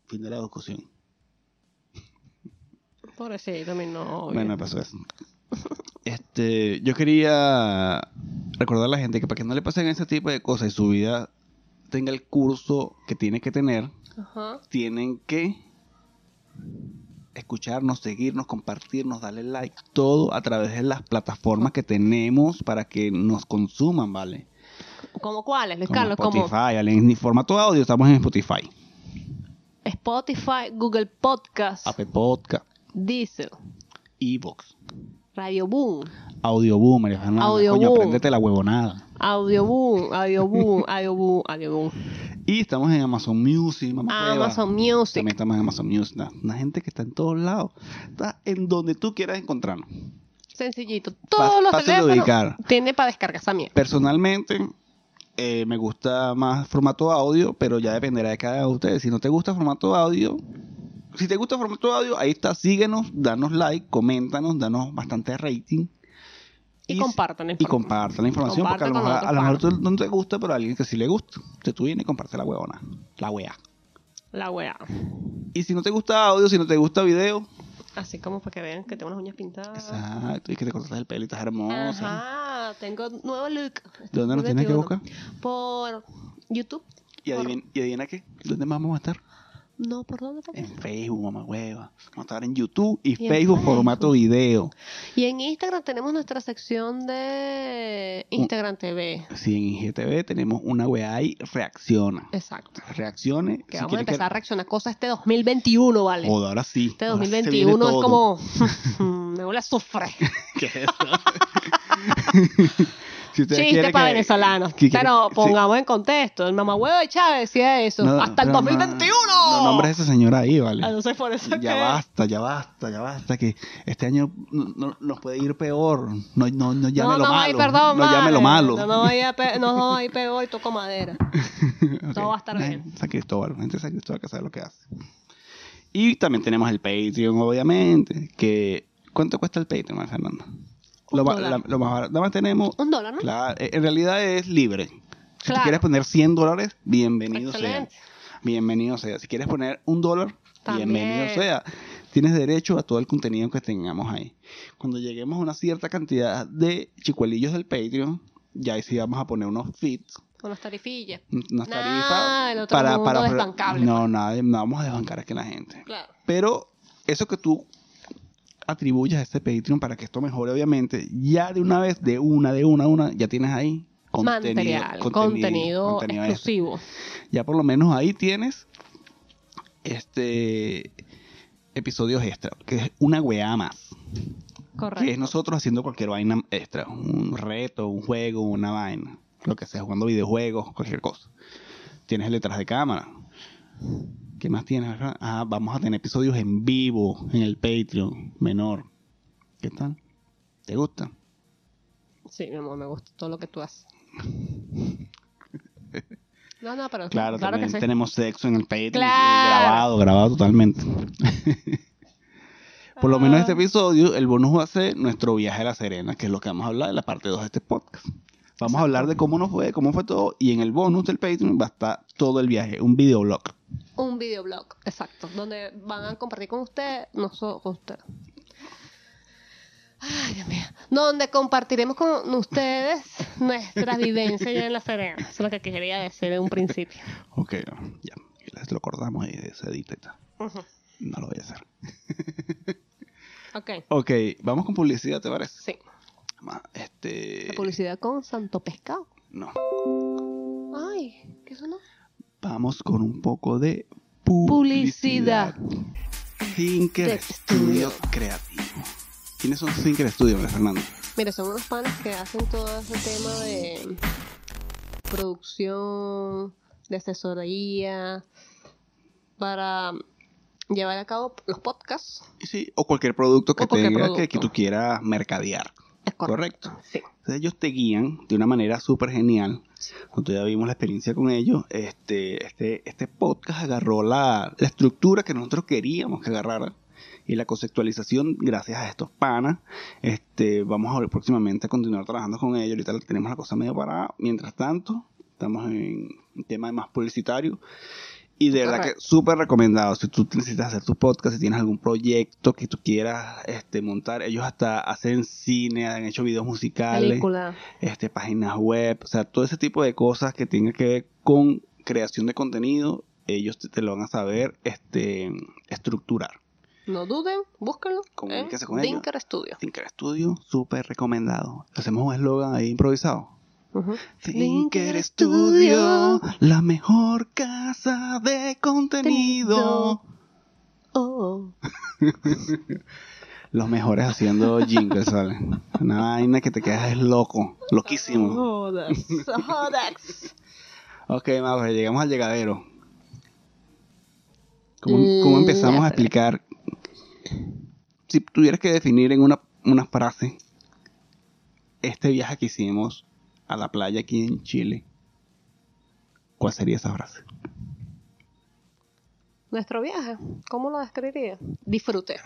Speaker 2: fin de la discusión
Speaker 1: Pobrecito, mi novio.
Speaker 2: bueno me pasó eso este yo quería recordar a la gente que para que no le pasen ese tipo de cosas y su vida tenga el curso que tiene que tener
Speaker 1: Ajá.
Speaker 2: tienen que escucharnos, seguirnos, compartirnos, darle like, todo a través de las plataformas que tenemos para que nos consuman, ¿vale?
Speaker 1: ¿Cómo cuáles, Luis
Speaker 2: Como
Speaker 1: Carlos? Como
Speaker 2: Spotify, Ale, en formato audio estamos en Spotify,
Speaker 1: Spotify, Google Podcast,
Speaker 2: Apple Podcast,
Speaker 1: Diesel,
Speaker 2: Evox,
Speaker 1: Radio Boom.
Speaker 2: Audio Boom, María Fernanda, coño,
Speaker 1: Audioboom.
Speaker 2: apréndete la huevonada.
Speaker 1: Audioboom, Audioboom, Audioboom, Audioboom.
Speaker 2: Y estamos en Amazon Music, mamá hueva.
Speaker 1: Ah, Amazon Music.
Speaker 2: También estamos en Amazon Music, una, una gente que está en todos lados, está en donde tú quieras encontrarnos.
Speaker 1: Sencillito. Todos los
Speaker 2: fácil de
Speaker 1: teléfonos
Speaker 2: ubicar.
Speaker 1: tiene para descargar esa mierda.
Speaker 2: Personalmente, eh, me gusta más formato audio, pero ya dependerá de cada uno de ustedes. Si no te gusta formato audio, si te gusta formato audio, ahí está, síguenos, danos like, coméntanos, danos bastante rating.
Speaker 1: Y,
Speaker 2: si-
Speaker 1: compartan.
Speaker 2: Y compartan la información,
Speaker 1: Comparte
Speaker 2: porque a
Speaker 1: con
Speaker 2: lo mejor, a lo mejor
Speaker 1: nosotros,
Speaker 2: tú no te gusta, pero a alguien que sí le gusta. Entonces tú vienes y comparte la huevona, la wea.
Speaker 1: La wea.
Speaker 2: Y si no te gusta audio, si no te gusta video,
Speaker 1: Así como para que vean que tengo unas uñas pintadas.
Speaker 2: exacto, y que te cortas el pelo y estás hermosa.
Speaker 1: Ajá, tengo nuevo look.
Speaker 2: ¿Dónde nos
Speaker 1: Estoy
Speaker 2: tienes que
Speaker 1: 21.
Speaker 2: buscar?
Speaker 1: Por YouTube.
Speaker 2: Y
Speaker 1: Por-
Speaker 2: adivina, y adivina qué, ¿dónde más vamos a estar?
Speaker 1: No, ¿por dónde te
Speaker 2: En Facebook, mamá hueva. Vamos a estar en YouTube y,
Speaker 1: en
Speaker 2: Facebook
Speaker 1: Facebook.
Speaker 2: formato video.
Speaker 1: Y en Instagram tenemos nuestra sección de Instagram TV.
Speaker 2: Si en IGTV tenemos una weá ahí, reacciona.
Speaker 1: Exacto.
Speaker 2: Reaccione.
Speaker 1: Que
Speaker 2: si
Speaker 1: vamos a
Speaker 2: quieres que-
Speaker 1: empezar a reaccionar cosas este 2021, ¿vale?
Speaker 2: Joder, ahora sí.
Speaker 1: Este
Speaker 2: ahora se viene
Speaker 1: 2021 es
Speaker 2: todo.
Speaker 1: como... me huele a sufre.
Speaker 2: ¿Qué es eso? Si ustedes
Speaker 1: Chiste
Speaker 2: quieren
Speaker 1: para
Speaker 2: que-
Speaker 1: venezolanos.
Speaker 2: que quieren-
Speaker 1: Pero
Speaker 2: sí.
Speaker 1: pongamos en contexto. El mamagüevo de Chávez decía eso.
Speaker 2: No,
Speaker 1: ¡Hasta el
Speaker 2: pero no,
Speaker 1: 2021!
Speaker 2: No, nombres a esa señora ahí, vale.
Speaker 1: Ah, no sé por eso
Speaker 2: Ya
Speaker 1: que-
Speaker 2: basta, ya basta, ya basta, que este año no- no- nos puede ir peor. No, no, no llame
Speaker 1: no,
Speaker 2: lo
Speaker 1: no,
Speaker 2: malo.
Speaker 1: ay, perdón,
Speaker 2: no llame lo
Speaker 1: madre.
Speaker 2: malo.
Speaker 1: No, no, ahí pe- no, no, ahí pegó y toco madera. Todo va a estar
Speaker 2: Ay,
Speaker 1: bien.
Speaker 2: Eh, San Cristóbal, la gente de San Cristóbal que sabe lo que hace. Y también tenemos el Patreon, obviamente. Que, ¿Cuánto cuesta el Patreon, Fernando? Lo,
Speaker 1: Un
Speaker 2: ma-
Speaker 1: dólar.
Speaker 2: la- lo más barato. Nada más tenemos.
Speaker 1: Un dólar, ¿no?
Speaker 2: Claro, eh, en realidad es libre. Si tú
Speaker 1: Claro.
Speaker 2: quieres poner 100 dólares, bienvenido
Speaker 1: Excelente.
Speaker 2: sea. Bienvenido sea. Si quieres poner un dólar,
Speaker 1: También.
Speaker 2: bienvenido sea. Tienes derecho a todo el contenido que tengamos ahí. Cuando lleguemos a una cierta cantidad de chicuelillos del Patreon, ya ahí sí vamos a poner unos feeds
Speaker 1: Con las tarifillas.
Speaker 2: unas
Speaker 1: Nah,
Speaker 2: tarifas
Speaker 1: el otro mundo pues. desbancable,
Speaker 2: no nada de- no vamos a desbancar aquí a la gente
Speaker 1: Claro.
Speaker 2: pero eso que tú atribuyes a este Patreon para que esto mejore obviamente ya de una vez de una de una a una ya tienes ahí contenido
Speaker 1: Material, contenido,
Speaker 2: contenido extra.
Speaker 1: exclusivo.
Speaker 2: ya por lo menos ahí tienes este episodios extra que es una weá más que es
Speaker 1: Correcto.
Speaker 2: nosotros haciendo cualquier vaina extra, un reto, un juego, una vaina, lo que sea, jugando videojuegos, cualquier cosa. Tienes el detrás de cámara. ¿Qué más tienes? verdad? Ah, vamos a tener episodios en vivo en el Patreon menor. ¿Qué tal? ¿Te gusta?
Speaker 1: Sí, mi amor, me gusta todo lo que tú haces. No, no, pero
Speaker 2: Claro,
Speaker 1: que
Speaker 2: también
Speaker 1: sí.
Speaker 2: tenemos sexo en el Patreon. eh,
Speaker 1: Claro.
Speaker 2: Grabado, grabado totalmente. Por lo menos este
Speaker 1: Ah.
Speaker 2: episodio, el bonus va a ser nuestro viaje a La Serena, que es lo que vamos a hablar en la parte 2 de este podcast. Vamos a hablar de cómo nos fue, cómo fue todo, y en el bonus del Patreon va a estar todo el viaje, un videoblog.
Speaker 1: Un videoblog, exacto, donde van a compartir con usted, nosotros, con usted. Ay, Dios mío. Donde compartiremos con ustedes nuestra vivencia allá en La Serena. Eso es lo que quería decir en un principio.
Speaker 2: Ok, ya, les lo acordamos y se edita y tal.
Speaker 1: Ujú.
Speaker 2: No lo voy a hacer.
Speaker 1: Ok,
Speaker 2: Ok, vamos con publicidad, ¿te parece?
Speaker 1: sí.
Speaker 2: Ma- Este...
Speaker 1: La publicidad con Santo Pescado.
Speaker 2: No,
Speaker 1: Ay, ¿qué sonó?
Speaker 2: vamos con un poco de
Speaker 1: Publicidad.
Speaker 2: publicidad. Thinker
Speaker 1: Tech
Speaker 2: Studio
Speaker 1: Studio.
Speaker 2: Creativo. ¿Quiénes son Thinker Studio, María Fernanda?
Speaker 1: Mira, son unos panes que hacen todo ese tema de producción, de asesoría, para llevar a cabo los podcasts.
Speaker 2: Sí, o cualquier producto que
Speaker 1: O cualquier
Speaker 2: tenga Que,
Speaker 1: producto.
Speaker 2: que tú quieras mercadear.
Speaker 1: Es
Speaker 2: Correcto.
Speaker 1: Sí.
Speaker 2: Entonces ellos te guían de una manera súper genial. Cuando ya vimos la experiencia con ellos, este, este, este podcast agarró la, la estructura que nosotros queríamos que agarrara. Y la conceptualización, gracias a estos panas, este, vamos a ver próximamente a continuar trabajando con ellos. Ahorita tenemos la cosa medio parada. Mientras tanto, estamos en un tema más publicitario. Y de verdad que
Speaker 1: Correcto.
Speaker 2: súper recomendado. Si tú necesitas hacer tu podcast, si tienes algún proyecto que tú quieras este, montar, ellos hasta hacen cine, han hecho videos musicales,
Speaker 1: Película.
Speaker 2: este, páginas web, o sea, todo ese tipo de cosas que tenga que ver con creación de contenido, ellos te, te lo van a saber este, estructurar.
Speaker 1: No duden, búsquenlo.
Speaker 2: Comuníquese
Speaker 1: en
Speaker 2: con ellos.
Speaker 1: Thinker Studio.
Speaker 2: Thinker Studio, súper recomendado. Hacemos un eslogan ahí improvisado.
Speaker 1: Ujú.
Speaker 2: Thinker Studio, la mejor casa de contenido.
Speaker 1: Oh, oh.
Speaker 2: Los mejores haciendo jingles, ¿vale? Una vaina que te quedas es loco, loquísimo.
Speaker 1: Jodas, jodas.
Speaker 2: Ok, Mauro, llegamos al llegadero. ¿Cómo, cómo empezamos a explicar? Si tuvieras que definir en una, una frase este viaje que hicimos a la playa aquí en Chile, ¿cuál sería esa frase?
Speaker 1: Nuestro viaje, ¿cómo lo describiría? Disfruté.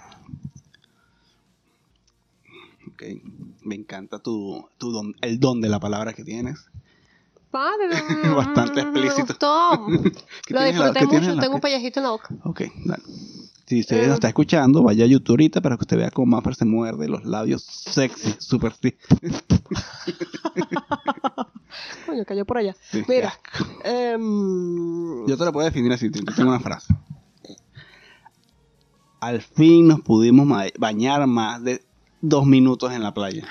Speaker 2: Ok, Me encanta tu, tu don- el don de la palabra que tienes.
Speaker 1: Padre, Mm,
Speaker 2: Bastante
Speaker 1: Me
Speaker 2: explícito.
Speaker 1: gustó.
Speaker 2: ¿Qué
Speaker 1: lo
Speaker 2: tienes en la-
Speaker 1: disfruté
Speaker 2: qué tienes en
Speaker 1: mucho,
Speaker 2: la-
Speaker 1: tengo un payajito en la boca.
Speaker 2: Ok, dale. Si usted
Speaker 1: Eh.
Speaker 2: nos está escuchando, vaya a YouTube ahorita para que usted vea cómo Maffer se muerde los labios sexy, super sí.
Speaker 1: Coño, cayó por allá.
Speaker 2: Sí, qué
Speaker 1: Mira. em,
Speaker 2: Yo te lo puedo definir así, te- te tengo una frase. Al fin nos pudimos ma- bañar más de dos minutos en la playa.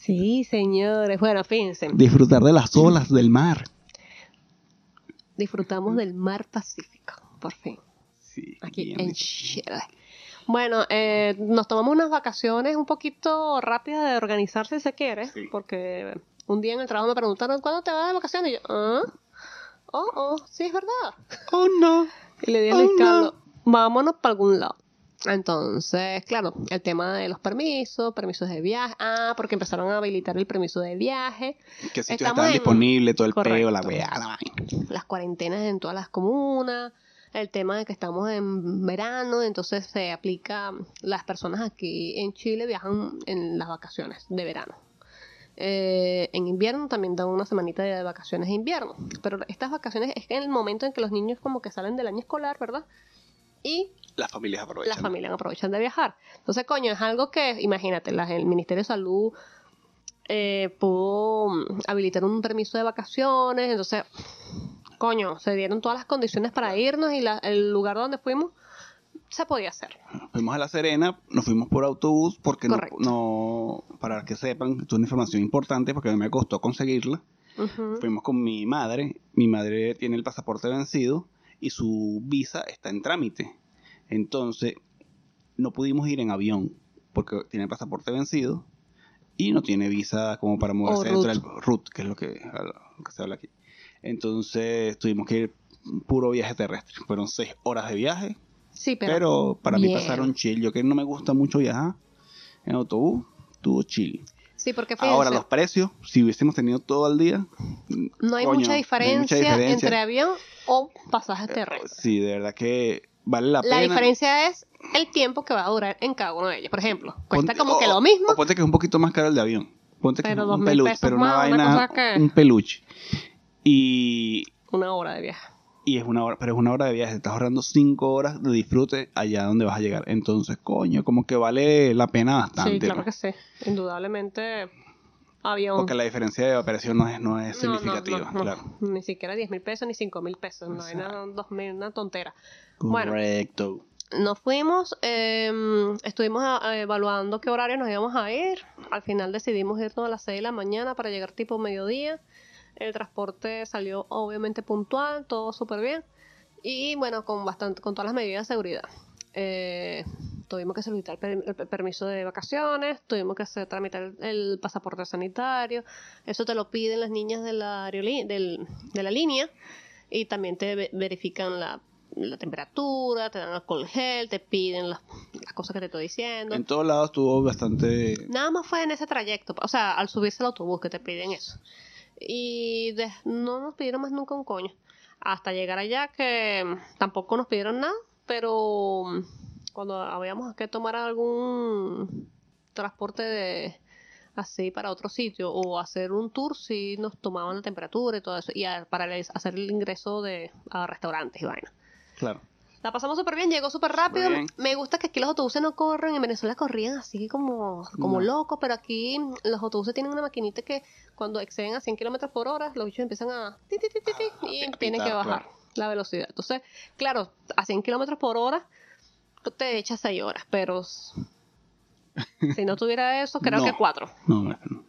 Speaker 1: Sí, señores. Bueno, fíjense.
Speaker 2: Disfrutar de las olas del mar.
Speaker 1: Disfrutamos del mar Pacífico, por fin.
Speaker 2: Sí,
Speaker 1: Aquí
Speaker 2: bien
Speaker 1: en
Speaker 2: dicho.
Speaker 1: Chile. Bueno, eh, nos tomamos unas vacaciones un poquito rápidas de organizar si se quiere,
Speaker 2: Sí.
Speaker 1: porque un día en el trabajo me preguntaron, ¿cuándo te vas de vacaciones? Y yo, ¿ah? Oh, oh, sí, es verdad.
Speaker 2: Oh no.
Speaker 1: Y le di a
Speaker 2: Oh,
Speaker 1: Luis
Speaker 2: no.
Speaker 1: Carlos, vámonos para algún lado. Entonces, claro, el tema de los permisos, permisos de viaje. Ah, porque empezaron a habilitar el permiso de viaje,
Speaker 2: Que sitios
Speaker 1: Estamos
Speaker 2: estaban
Speaker 1: en-
Speaker 2: disponibles, todo el
Speaker 1: Correcto.
Speaker 2: peo, la weá, la vaina.
Speaker 1: las cuarentenas en todas las comunas, el tema de que estamos en verano, entonces se aplica, las personas aquí en Chile viajan en las vacaciones de verano. Eh, en invierno también dan una semanita de vacaciones de invierno, pero estas vacaciones es en el momento en que los niños como que salen del año escolar, ¿verdad? Y
Speaker 2: Las familias aprovechan.
Speaker 1: las familias aprovechan de viajar. Entonces, coño, es algo que, imagínate, las- el Ministerio de Salud eh, pudo mm, habilitar un permiso de vacaciones, entonces, coño, se dieron todas las condiciones para irnos y la- el lugar donde fuimos se podía hacer.
Speaker 2: Fuimos a La Serena, nos fuimos por autobús porque no,
Speaker 1: Correcto.
Speaker 2: no- para que sepan, esto es una información importante porque a mí me costó conseguirla.
Speaker 1: Ujú.
Speaker 2: Fuimos con mi madre, mi madre tiene el pasaporte vencido y su visa está en trámite. Entonces, no pudimos ir en avión porque tiene el pasaporte vencido y no tiene visa como para moverse
Speaker 1: root.
Speaker 2: dentro del RUT, que es lo que, a lo que se habla aquí. Entonces, tuvimos que ir puro viaje terrestre. Fueron seis horas de viaje
Speaker 1: Sí, pero,
Speaker 2: pero, para mí
Speaker 1: Bien.
Speaker 2: pasaron chill. Yo que no me gusta mucho viajar en autobús, estuvo chill.
Speaker 1: sí, porque fíjense,
Speaker 2: Ahora los precios, si hubiésemos tenido todo el día,
Speaker 1: no, hay
Speaker 2: coño,
Speaker 1: mucha
Speaker 2: no hay
Speaker 1: diferencia
Speaker 2: diferencia.
Speaker 1: entre avión o pasajes terrestres.
Speaker 2: Sí, de verdad que vale la,
Speaker 1: La
Speaker 2: pena.
Speaker 1: diferencia es el tiempo que va a durar en cada uno de ellos. Por ejemplo, cuesta
Speaker 2: Ponte-
Speaker 1: como que
Speaker 2: o-
Speaker 1: lo mismo,
Speaker 2: O ponte que es un poquito más caro el de avión. Ponte que
Speaker 1: Pero
Speaker 2: es
Speaker 1: dos
Speaker 2: un
Speaker 1: mil
Speaker 2: peluche,
Speaker 1: pesos
Speaker 2: pero una
Speaker 1: más, una cosa
Speaker 2: vaina,
Speaker 1: que-
Speaker 2: un peluche. Y,
Speaker 1: una hora de viaje.
Speaker 2: y es una hora, pero es una hora de viaje. Estás ahorrando cinco horas de disfrute allá donde vas a llegar. Entonces, coño, como que vale la pena bastante.
Speaker 1: Sí, claro
Speaker 2: ¿no?
Speaker 1: que sí. Indudablemente había un...
Speaker 2: Porque la diferencia de operación no es, no es
Speaker 1: No, no,
Speaker 2: significativa,
Speaker 1: no, no.
Speaker 2: claro.
Speaker 1: Ni siquiera 10 mil pesos ni 5 mil pesos. No hay
Speaker 2: Exacto.
Speaker 1: nada, dos mil, una tontera. Bueno.
Speaker 2: Correcto.
Speaker 1: Nos fuimos, eh, estuvimos eh, evaluando qué horario nos íbamos a ir. Al final decidimos irnos a las 6 de la mañana para llegar tipo mediodía. El transporte salió obviamente puntual, todo súper bien. Y bueno, con, bastante, con todas las medidas de seguridad. Eh, tuvimos que solicitar per- el per- permiso de vacaciones, tuvimos que hacer- tramitar el, el pasaporte sanitario. Eso te lo piden las niñas de la, aerolí- del- de la línea y también te ve- verifican la, la temperatura, te dan alcohol gel, te piden las, las cosas que te estoy diciendo.
Speaker 2: En todos lados estuvo bastante.
Speaker 1: Nada más fue en ese trayecto, o sea, al subirse al autobús que te piden eso. Y de- no nos pidieron más nunca un coño. Hasta llegar allá que mm, tampoco nos pidieron nada, pero mm, cuando habíamos que tomar algún transporte de así para otro sitio o hacer un tour si nos tomaban la temperatura y todo eso y a- para el- hacer el ingreso de a restaurantes y vaina.
Speaker 2: Claro.
Speaker 1: La pasamos súper bien, llegó súper rápido.
Speaker 2: bien.
Speaker 1: Me gusta que aquí los autobuses no corren. En Venezuela corrían así como, como
Speaker 2: No.
Speaker 1: locos, pero aquí los autobuses tienen una maquinita que cuando exceden a 100 kilómetros por hora, los bichos empiezan a. ti, ti, ti, ti, ti, y
Speaker 2: a
Speaker 1: tienen
Speaker 2: pitar,
Speaker 1: que bajar
Speaker 2: Ah, claro.
Speaker 1: la velocidad. Entonces, claro, a 100 kilómetros por hora tú te echas 6 horas, pero. s- Si no tuviera eso, creo
Speaker 2: No.
Speaker 1: que 4.
Speaker 2: No, no, no.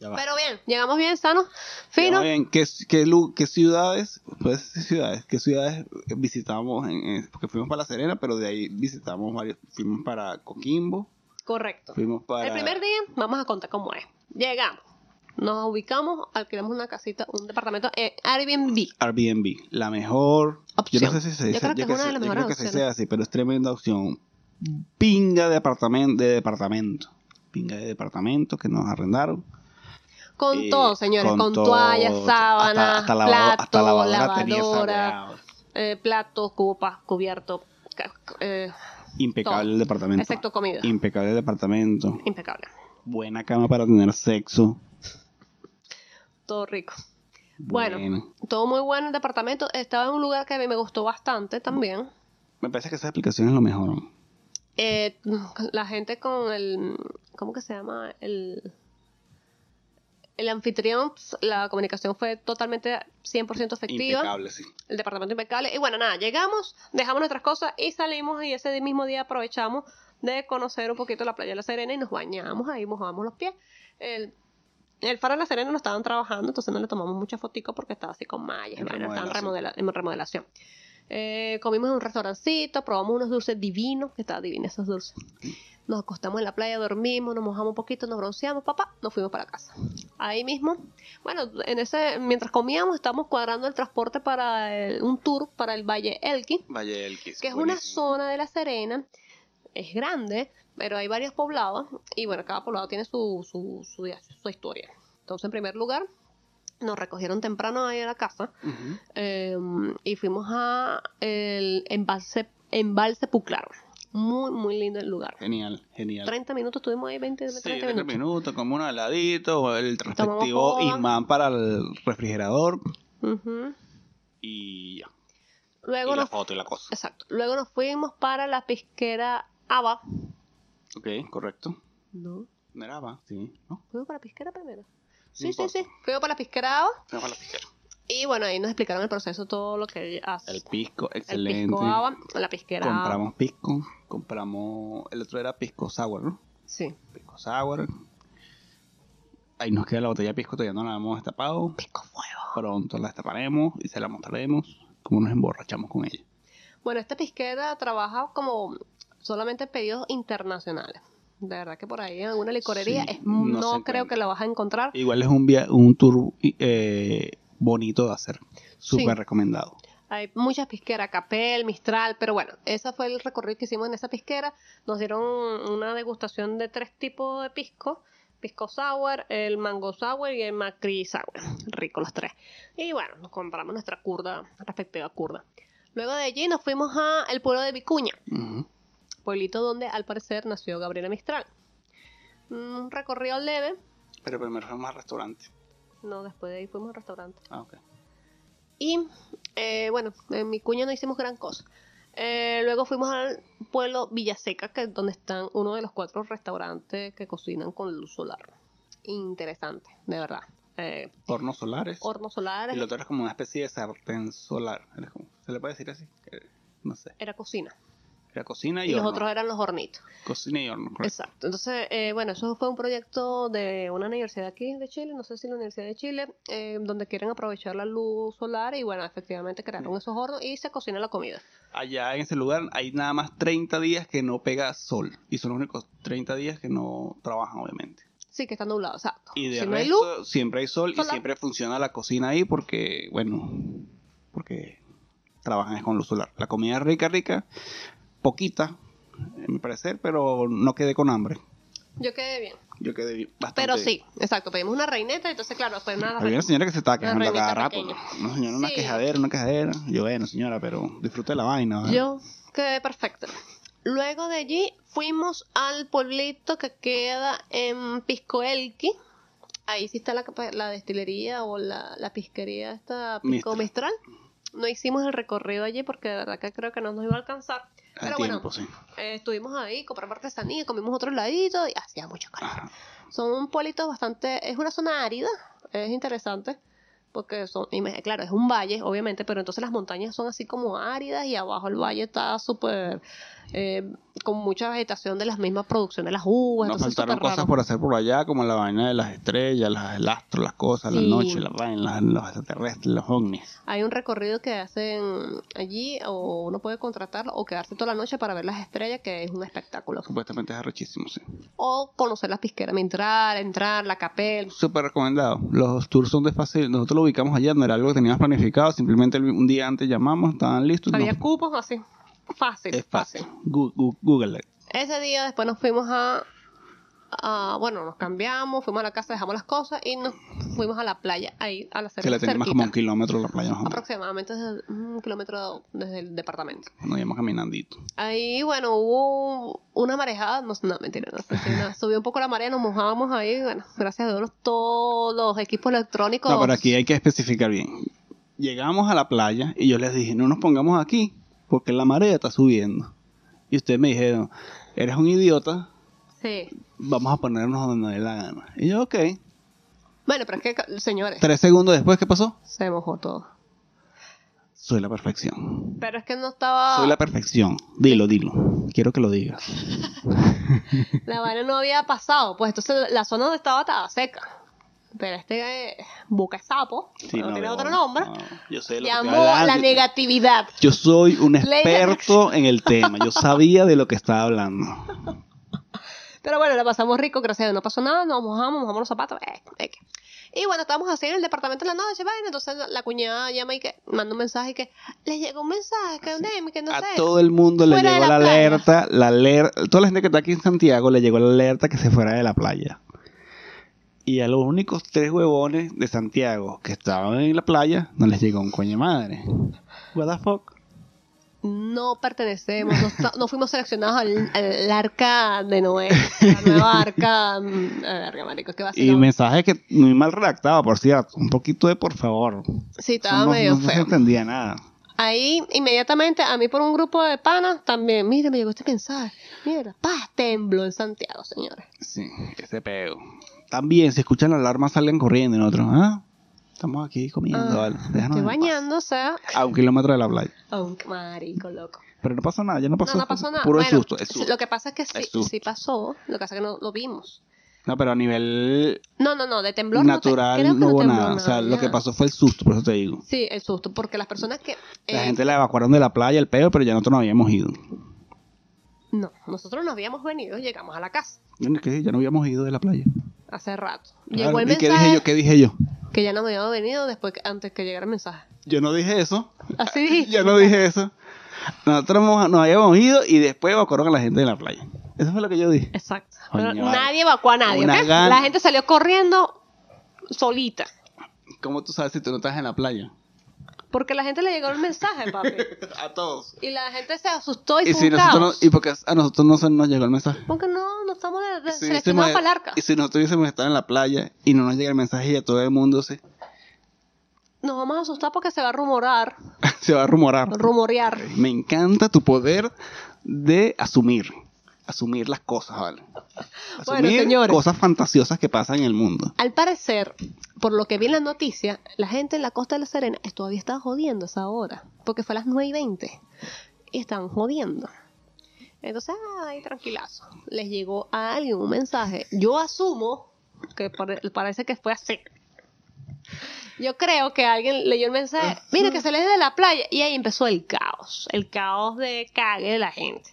Speaker 2: Ya va.
Speaker 1: Pero bien, llegamos bien, sanos,
Speaker 2: Ya
Speaker 1: finos.
Speaker 2: va bien. ¿Qué, qué, lu- qué ciudades? Pues ciudades. ¿Qué ciudades visitamos? en- en- porque fuimos para La Serena, pero de ahí visitamos varios. Fuimos para Coquimbo,
Speaker 1: Correcto.
Speaker 2: fuimos para.
Speaker 1: El primer día, vamos a contar cómo es. Llegamos, nos ubicamos, alquilamos una casita, un departamento en Airbnb.
Speaker 2: Airbnb, la mejor.
Speaker 1: Opción.
Speaker 2: Yo no sé si se
Speaker 1: Yo
Speaker 2: dice.
Speaker 1: creo que es
Speaker 2: creo
Speaker 1: una de las
Speaker 2: yo creo
Speaker 1: mejores
Speaker 2: que se dice
Speaker 1: opciones.
Speaker 2: así, pero es tremenda opción. Pinga de apartamento, de departamento. Pinga de departamento que nos arrendaron.
Speaker 1: Con
Speaker 2: Y
Speaker 1: todo, señores, con,
Speaker 2: todo,
Speaker 1: toallas,
Speaker 2: hasta-
Speaker 1: sábanas,
Speaker 2: hasta lavado-
Speaker 1: plato,
Speaker 2: hasta lavadora tenía esa
Speaker 1: lavadora,
Speaker 2: weá.
Speaker 1: eh, plato, copa, cubierto, ca- eh,
Speaker 2: Impecable
Speaker 1: todo.
Speaker 2: el departamento.
Speaker 1: excepto comida.
Speaker 2: Impecable el departamento.
Speaker 1: Impecable.
Speaker 2: Buena cama para tener sexo.
Speaker 1: Todo rico. Bueno, todo muy bueno el departamento. Estaba en un lugar que a mí me gustó bastante también.
Speaker 2: Me parece que esa aplicación es lo mejor.
Speaker 1: Eh, la gente con el. ¿Cómo que se llama? El. El anfitrión, pues, la comunicación fue totalmente 100% efectiva.
Speaker 2: Impecable, sí.
Speaker 1: El departamento impecable. Y bueno, nada, llegamos, dejamos nuestras cosas y salimos. Y ese mismo día aprovechamos de conocer un poquito la playa de la Serena y nos bañamos ahí, mojamos los pies. El, el faro de la Serena no estaban trabajando, entonces no le tomamos muchas fotico porque estaba así con mallas y
Speaker 2: En
Speaker 1: vaina, estaban
Speaker 2: remodelación.
Speaker 1: remodela- en remodelación. Eh, comimos en un restaurancito, probamos unos dulces divinos, que estaban divinos esos dulces. Nos acostamos en la playa, dormimos, nos mojamos un poquito, nos bronceamos, papá, nos fuimos para casa. Ahí mismo, bueno, en ese, mientras comíamos, estamos cuadrando el transporte para el- un tour para el Valle Elqui,
Speaker 2: Valle del Kiss.
Speaker 1: que es una zona de La Serena, es grande, pero hay varios poblados, y bueno, cada poblado tiene su, su, su, su historia. Entonces, en primer lugar, nos recogieron temprano ahí a la casa, eh, y fuimos a el embalse, embalse Puclaro. Muy, muy lindo el lugar.
Speaker 2: Genial, genial.
Speaker 1: 30 minutos, estuvimos ahí 20, 30
Speaker 2: Sí, 30
Speaker 1: minutos.
Speaker 2: minutos, como un heladito, el
Speaker 1: Tomamos
Speaker 2: respectivo
Speaker 1: coca.
Speaker 2: imán para el refrigerador
Speaker 1: Ujú.
Speaker 2: y ya.
Speaker 1: Luego
Speaker 2: y la
Speaker 1: nos
Speaker 2: foto y la cosa.
Speaker 1: Exacto. Luego nos fuimos para la pesquera Ava.
Speaker 2: Ok, correcto.
Speaker 1: No,
Speaker 2: No era va, sí, ¿no?
Speaker 1: fuimos para la pesquera primero. Sí,
Speaker 2: No
Speaker 1: sí,
Speaker 2: importa.
Speaker 1: sí. Fuimos para la pesquera Ava.
Speaker 2: Fuimos a la pesquera.
Speaker 1: Y bueno, ahí nos explicaron el proceso, todo lo que hace.
Speaker 2: El pisco,
Speaker 1: El
Speaker 2: excelente.
Speaker 1: pisco Ava, la pesquera Ava.
Speaker 2: compramos pisco, compramos. El otro era pisco sour, ¿no?
Speaker 1: Sí.
Speaker 2: Pisco sour. Ahí nos queda la botella de pisco, todavía no la hemos destapado.
Speaker 1: Pisco fuego.
Speaker 2: Pronto la destaparemos y se la mostraremos. Como nos emborrachamos con ella.
Speaker 1: Bueno, esta pesquera trabaja como solamente pedidos internacionales. De verdad que por ahí en alguna licorería
Speaker 2: Sí,
Speaker 1: es-
Speaker 2: no se
Speaker 1: no,
Speaker 2: encuentra.
Speaker 1: creo que la vas a encontrar.
Speaker 2: Igual es un, via- un tour eh, bonito de hacer. Súper recomendado.
Speaker 1: Hay muchas pisqueras, Capel, Mistral, pero bueno, ese fue el recorrido que hicimos en esa pisquera. Nos dieron una degustación de tres tipos de pisco. Pisco sour, el mango sour y el macri sour. Rico los tres. Y bueno, nos compramos nuestra curda, respectiva curda. Luego de allí nos fuimos a el pueblo de Vicuña,
Speaker 2: Ujú.
Speaker 1: pueblito donde al parecer nació Gabriela Mistral. Un recorrido leve,
Speaker 2: Pero primero fuimos al restaurante.
Speaker 1: no, después de ahí fuimos al restaurante.
Speaker 2: Ah, ok.
Speaker 1: Y eh, bueno, en mi cuña no hicimos gran cosa. Eh, luego fuimos al pueblo Villaseca, que es donde están uno de los cuatro restaurantes que cocinan con luz solar. Interesante, de verdad. Eh,
Speaker 2: Hornos solares.
Speaker 1: hornos solares,
Speaker 2: Y lo otro era como una especie de sartén solar. Era como- ¿Se le puede decir así? Eh, No sé.
Speaker 1: era cocina.
Speaker 2: Era cocina y,
Speaker 1: Y los
Speaker 2: horno.
Speaker 1: otros eran los hornitos.
Speaker 2: Cocina y horno, correcto.
Speaker 1: Exacto. Entonces, eh, bueno, eso fue un proyecto de una universidad aquí de Chile, no sé si la Universidad de Chile, eh, donde quieren aprovechar la luz solar y bueno, efectivamente
Speaker 2: Mm.
Speaker 1: crearon esos hornos y se cocina la comida.
Speaker 2: Allá en ese lugar hay nada más 30 días que no pega sol. Y son los únicos 30 días que no trabajan, obviamente.
Speaker 1: Sí, que está nublado, exacto.
Speaker 2: Y de
Speaker 1: si no hay luz,
Speaker 2: resto, siempre hay sol y
Speaker 1: solar.
Speaker 2: siempre funciona la cocina ahí porque, bueno, porque trabajan es con luz solar. La comida es rica, rica, poquita, en mi parecer, pero no quedé con hambre.
Speaker 1: yo quedé bien.
Speaker 2: Yo quedé bastante.
Speaker 1: Pero sí, exacto, pedimos una reineta, entonces claro, fue una
Speaker 2: Había una señora que se estaba quejando a
Speaker 1: reinita
Speaker 2: cada rato.
Speaker 1: pequeña.
Speaker 2: Una señora, una
Speaker 1: Sí.
Speaker 2: quejadera, una quejadera. Yo, bueno, señora, pero disfrute la vaina. ¿vale?
Speaker 1: Yo quedé perfecta. Luego de allí fuimos al pueblito que queda en Piscoelqui. Ahí sí está la, capa- la destilería o la, la pisquería esta Pisco Mistral. No hicimos el recorrido allí porque de verdad que creo que no nos iba a alcanzar.
Speaker 2: A
Speaker 1: Pero bueno,
Speaker 2: tiempo, sí.
Speaker 1: eh, estuvimos ahí, compramos artesanía, comimos otro ladito y hacía mucho calor.
Speaker 2: Ajá.
Speaker 1: Son pueblitos bastante. Es una zona árida, es interesante. Porque son. y me- Claro, es un valle, obviamente, pero entonces las montañas son así como áridas y abajo el valle está súper. eh, con mucha vegetación de las mismas producciones de las uvas.
Speaker 2: Nos
Speaker 1: pues, entonces es
Speaker 2: faltaron
Speaker 1: súper
Speaker 2: cosas
Speaker 1: raro.
Speaker 2: por hacer por allá, como la vaina de las estrellas, las, el astro, las cosas, la
Speaker 1: Sí.
Speaker 2: noche, la vaina, las- los extraterrestres, los ovnis.
Speaker 1: Hay un recorrido que hacen allí, o uno puede contratarlo, o quedarse toda la noche para ver las estrellas, que es un espectáculo.
Speaker 2: Supuestamente es arrechísimo, sí.
Speaker 1: O conocer las pisqueras, entrar, entrar, la capel.
Speaker 2: Súper recomendado. Los tours son de fácil. Nosotros lo ubicamos allá, no era algo que teníamos planificado. Simplemente el- un día antes llamamos, estaban listos.
Speaker 1: Había
Speaker 2: nos-
Speaker 1: cupos así. Fácil,
Speaker 2: es
Speaker 1: fácil.
Speaker 2: fácil. Gu- gu- Google. it.
Speaker 1: Ese día después nos fuimos a ah, bueno, nos cambiamos, fuimos a la casa, dejamos las cosas y nos fuimos a la playa ahí, a la cerca.
Speaker 2: Que la tenemos
Speaker 1: cerquita.
Speaker 2: como a un kilómetro de la playa más o menos.
Speaker 1: Aproximadamente desde un kilómetro desde el departamento.
Speaker 2: Nos íbamos caminandito.
Speaker 1: Ahí, bueno, hubo una marejada, no, no mentira, no, sé, sí, no, subió un poco la marea, nos mojábamos ahí, bueno, gracias a Dios todos los equipos electrónicos.
Speaker 2: No, pero aquí hay que especificar bien. Llegamos a la playa y yo les dije, no nos pongamos aquí porque la marea está subiendo. Y ustedes me dijeron, eres un idiota,
Speaker 1: Sí.
Speaker 2: vamos a ponernos donde nos dé la gana. Y yo, ok.
Speaker 1: Bueno, pero es que, señores,
Speaker 2: Tres segundos después, ¿qué pasó?
Speaker 1: se mojó todo.
Speaker 2: Soy la perfección.
Speaker 1: Pero es que no estaba...
Speaker 2: Soy la perfección. Dilo, dilo. Quiero que lo digas.
Speaker 1: La vaina no había pasado, pues entonces la zona donde estaba estaba seca. Pero este eh, boca de sapo, no, tiene
Speaker 2: no,
Speaker 1: otro nombre,
Speaker 2: no. Yo sé de lo que
Speaker 1: llamó
Speaker 2: estoy hablando.
Speaker 1: la negatividad.
Speaker 2: Yo soy un
Speaker 1: Play the
Speaker 2: experto en el tema. Yo sabía de lo que estaba hablando.
Speaker 1: Pero bueno, la pasamos rico, gracias a Dios, no pasó nada, nos mojamos, mojamos los zapatos, eh, eh, que- Y bueno, estábamos así en el departamento en la noche, vaina, entonces la, la cuñada llama y que manda un mensaje que le llegó un mensaje, que, un que no
Speaker 2: A
Speaker 1: sé.
Speaker 2: todo el mundo le
Speaker 1: Fuera de
Speaker 2: llegó la
Speaker 1: la playa.
Speaker 2: alerta, la alerta, toda la gente que está aquí en Santiago le llegó la alerta que se fuera de la playa. Y a los únicos tres huevones de Santiago que estaban en la playa, no les llegó un coño de madre. What the fuck?
Speaker 1: No pertenecemos, no, esta- no fuimos seleccionados al, al arca de Noé, la nueva arca, mm, a ver, qué marico, qué
Speaker 2: Y
Speaker 1: vacilón.
Speaker 2: mensaje que muy mal redactado, por cierto. Un poquito de por favor.
Speaker 1: Sí,
Speaker 2: Eso
Speaker 1: estaba
Speaker 2: no-
Speaker 1: medio
Speaker 2: no se
Speaker 1: feo.
Speaker 2: entendía nada.
Speaker 1: Ahí, inmediatamente, a mí por un grupo de panas también. Mira, me llegó este mensaje. Mira, paz, tembló en Santiago, señores.
Speaker 2: Sí, ese pedo. También, si escuchan la alarma, salen corriendo y nosotros, ah, estamos aquí comiendo
Speaker 1: Ah,
Speaker 2: algo.
Speaker 1: Estoy
Speaker 2: Déjanos en paz.
Speaker 1: bañándose.
Speaker 2: A un kilómetro de la playa.
Speaker 1: Aunque, marico, loco.
Speaker 2: Pero no pasó nada, ya no pasó.
Speaker 1: no, no pasó nada.
Speaker 2: Puro el
Speaker 1: Bueno,
Speaker 2: susto, el susto.
Speaker 1: Lo que pasa es que sí,
Speaker 2: El susto.
Speaker 1: sí pasó. Lo que pasa es que no lo vimos.
Speaker 2: No, pero a nivel
Speaker 1: No, no, no, de temblor no te-
Speaker 2: natural
Speaker 1: creo
Speaker 2: no,
Speaker 1: que no
Speaker 2: hubo
Speaker 1: tembló
Speaker 2: nada. O sea, lo
Speaker 1: nada.
Speaker 2: que pasó fue el susto, por eso te digo.
Speaker 1: Sí, el susto, porque las personas que...
Speaker 2: La
Speaker 1: eh,
Speaker 2: gente la evacuaron de la playa, el pedo, pero ya nosotros no habíamos ido.
Speaker 1: No, nosotros nos habíamos venido, llegamos a la casa
Speaker 2: Bueno, ¿qué? Ya no habíamos ido de la playa.
Speaker 1: hace rato.
Speaker 2: Claro,
Speaker 1: Llegó el
Speaker 2: ¿Y qué dije yo?
Speaker 1: mensaje
Speaker 2: ¿Qué dije yo?
Speaker 1: que ya no me había venido después que- antes que llegara el mensaje.
Speaker 2: Yo no dije eso.
Speaker 1: Así dijiste.
Speaker 2: Yo no dije eso. Nosotros hemos- nos habíamos ido y después evacuaron a la gente de la playa. Eso fue lo que yo dije.
Speaker 1: Exacto.
Speaker 2: Coño,
Speaker 1: Pero
Speaker 2: vale.
Speaker 1: nadie evacuó a nadie.
Speaker 2: Una
Speaker 1: ¿ok?
Speaker 2: gana.
Speaker 1: La gente salió corriendo solita.
Speaker 2: ¿Cómo tú sabes si tú no estás en la playa?
Speaker 1: Porque la gente le llegó el mensaje, papi.
Speaker 2: A todos.
Speaker 1: Y la gente se asustó y,
Speaker 2: Y
Speaker 1: fue
Speaker 2: si
Speaker 1: un
Speaker 2: nosotros
Speaker 1: caos.
Speaker 2: no- y porque a nosotros no se nos llegó el mensaje.
Speaker 1: Porque no, no estamos de, de
Speaker 2: Si
Speaker 1: seleccionados
Speaker 2: hubiésemos-
Speaker 1: para el arca.
Speaker 2: y si nosotros hubiésemos estado en la playa y no nos llega el mensaje y a todo el mundo se,
Speaker 1: Nos vamos a asustar porque se va a rumorar,
Speaker 2: se va a rumorar.
Speaker 1: rumorear.
Speaker 2: Me encanta tu poder de asumir. Asumir las cosas, ¿vale?
Speaker 1: Bueno,
Speaker 2: Asumir
Speaker 1: señores.
Speaker 2: cosas fantasiosas que pasan en el mundo.
Speaker 1: Al parecer, por lo que vi en las noticias, la gente en la costa de la Serena es- todavía estaba jodiendo a esa hora, porque fue a las 9 y 20 y estaban jodiendo. Entonces, ay, tranquilazo. Les llegó a alguien un mensaje. Yo asumo que pare- parece que fue así. Yo creo que alguien leyó el mensaje, mira que se les de la playa, y ahí empezó el caos, el caos de cague de la gente.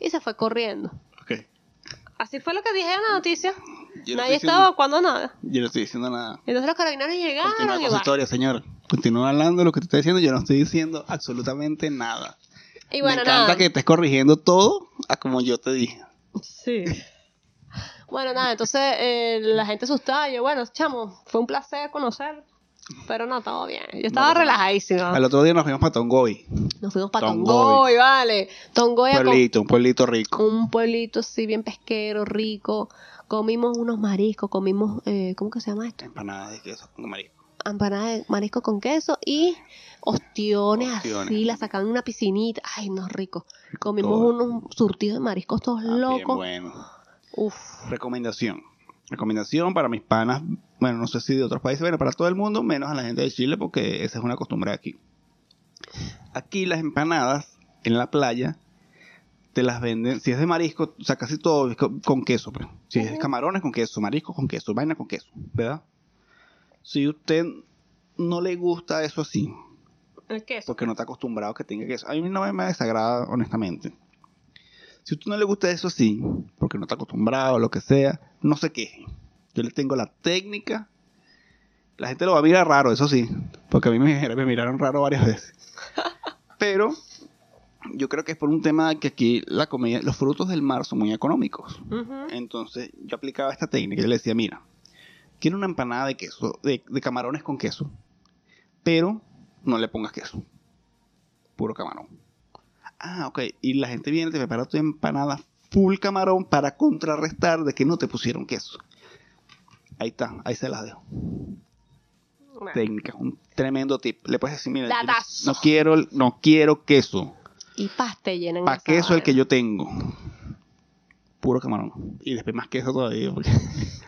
Speaker 1: Y se fue corriendo. Así fue lo que dije en la noticia.
Speaker 2: Yo no
Speaker 1: Nadie
Speaker 2: estoy diciendo-
Speaker 1: estaba cuando nada.
Speaker 2: Yo no estoy diciendo nada.
Speaker 1: Entonces los carabineros
Speaker 2: Continúa
Speaker 1: llegaron y,
Speaker 2: con su
Speaker 1: va.
Speaker 2: historia, señor. Continúa hablando de lo que te estoy diciendo. Yo no estoy diciendo absolutamente nada.
Speaker 1: y bueno,
Speaker 2: Me encanta
Speaker 1: nada.
Speaker 2: que estés corrigiendo todo a como yo te dije.
Speaker 1: Sí. Bueno, nada, entonces eh, la gente asustada. Yo, bueno, chamo, fue un placer conocer. Pero no, todo bien. Yo estaba
Speaker 2: No, no, no.
Speaker 1: relajadísima.
Speaker 2: Al otro día nos fuimos para Tongoy.
Speaker 1: Nos fuimos para
Speaker 2: Tongoy.
Speaker 1: Tongoy, vale. Tongoy a com-
Speaker 2: Pueblito, un pueblito rico.
Speaker 1: un pueblito así bien pesquero, rico. Comimos unos mariscos, comimos, eh, ¿cómo que se llama esto?
Speaker 2: Empanadas de queso con marisco.
Speaker 1: Empanadas de marisco con queso y ostiones,
Speaker 2: Ostiones.
Speaker 1: así, las sacaban en una piscinita. Ay, no, rico. Comimos
Speaker 2: Todo.
Speaker 1: unos surtidos de mariscos todos
Speaker 2: Ah, bien
Speaker 1: locos.
Speaker 2: bueno.
Speaker 1: Uf.
Speaker 2: Recomendación. Recomendación para mis panas, bueno, no sé si de otros países, bueno, para todo el mundo, menos a la gente de Chile, porque esa es una costumbre de aquí. Aquí las empanadas en la playa te las venden, si es de marisco, o sea, casi todo es co- con queso, pues. Si es de
Speaker 1: Ujú.
Speaker 2: camarones con queso, marisco con queso, vaina con queso, ¿verdad? Si usted no le gusta eso así,
Speaker 1: El queso.
Speaker 2: porque no está acostumbrado que tenga queso. A mí no me, me desagrada, honestamente. Si a usted no le gusta eso así, porque no está acostumbrado, lo que sea, no se queje. Yo le tengo la técnica. La gente lo va a mirar raro, eso sí, porque a mí me, me miraron raro varias veces. Pero Yo creo que es por un tema que aquí la comida, los frutos del mar son muy económicos.
Speaker 1: Ujú.
Speaker 2: Entonces yo aplicaba esta técnica. Yo le decía, mira, quiero una empanada de queso, de, de camarones con queso, pero no le pongas queso. Puro camarón. Ah, ok. Y la gente viene, te prepara tu empanada full camarón para contrarrestar de que no te pusieron queso. Ahí está, ahí se las dejo. Técnica, un tremendo tip. Le puedes decir, mira, yo no-
Speaker 1: Ah. Dadazo.
Speaker 2: no quiero, no quiero queso.
Speaker 1: Y paste llenan.
Speaker 2: Pa'
Speaker 1: esa
Speaker 2: queso el
Speaker 1: vaina.
Speaker 2: que yo tengo. Puro camarón. Y después más queso todavía, porque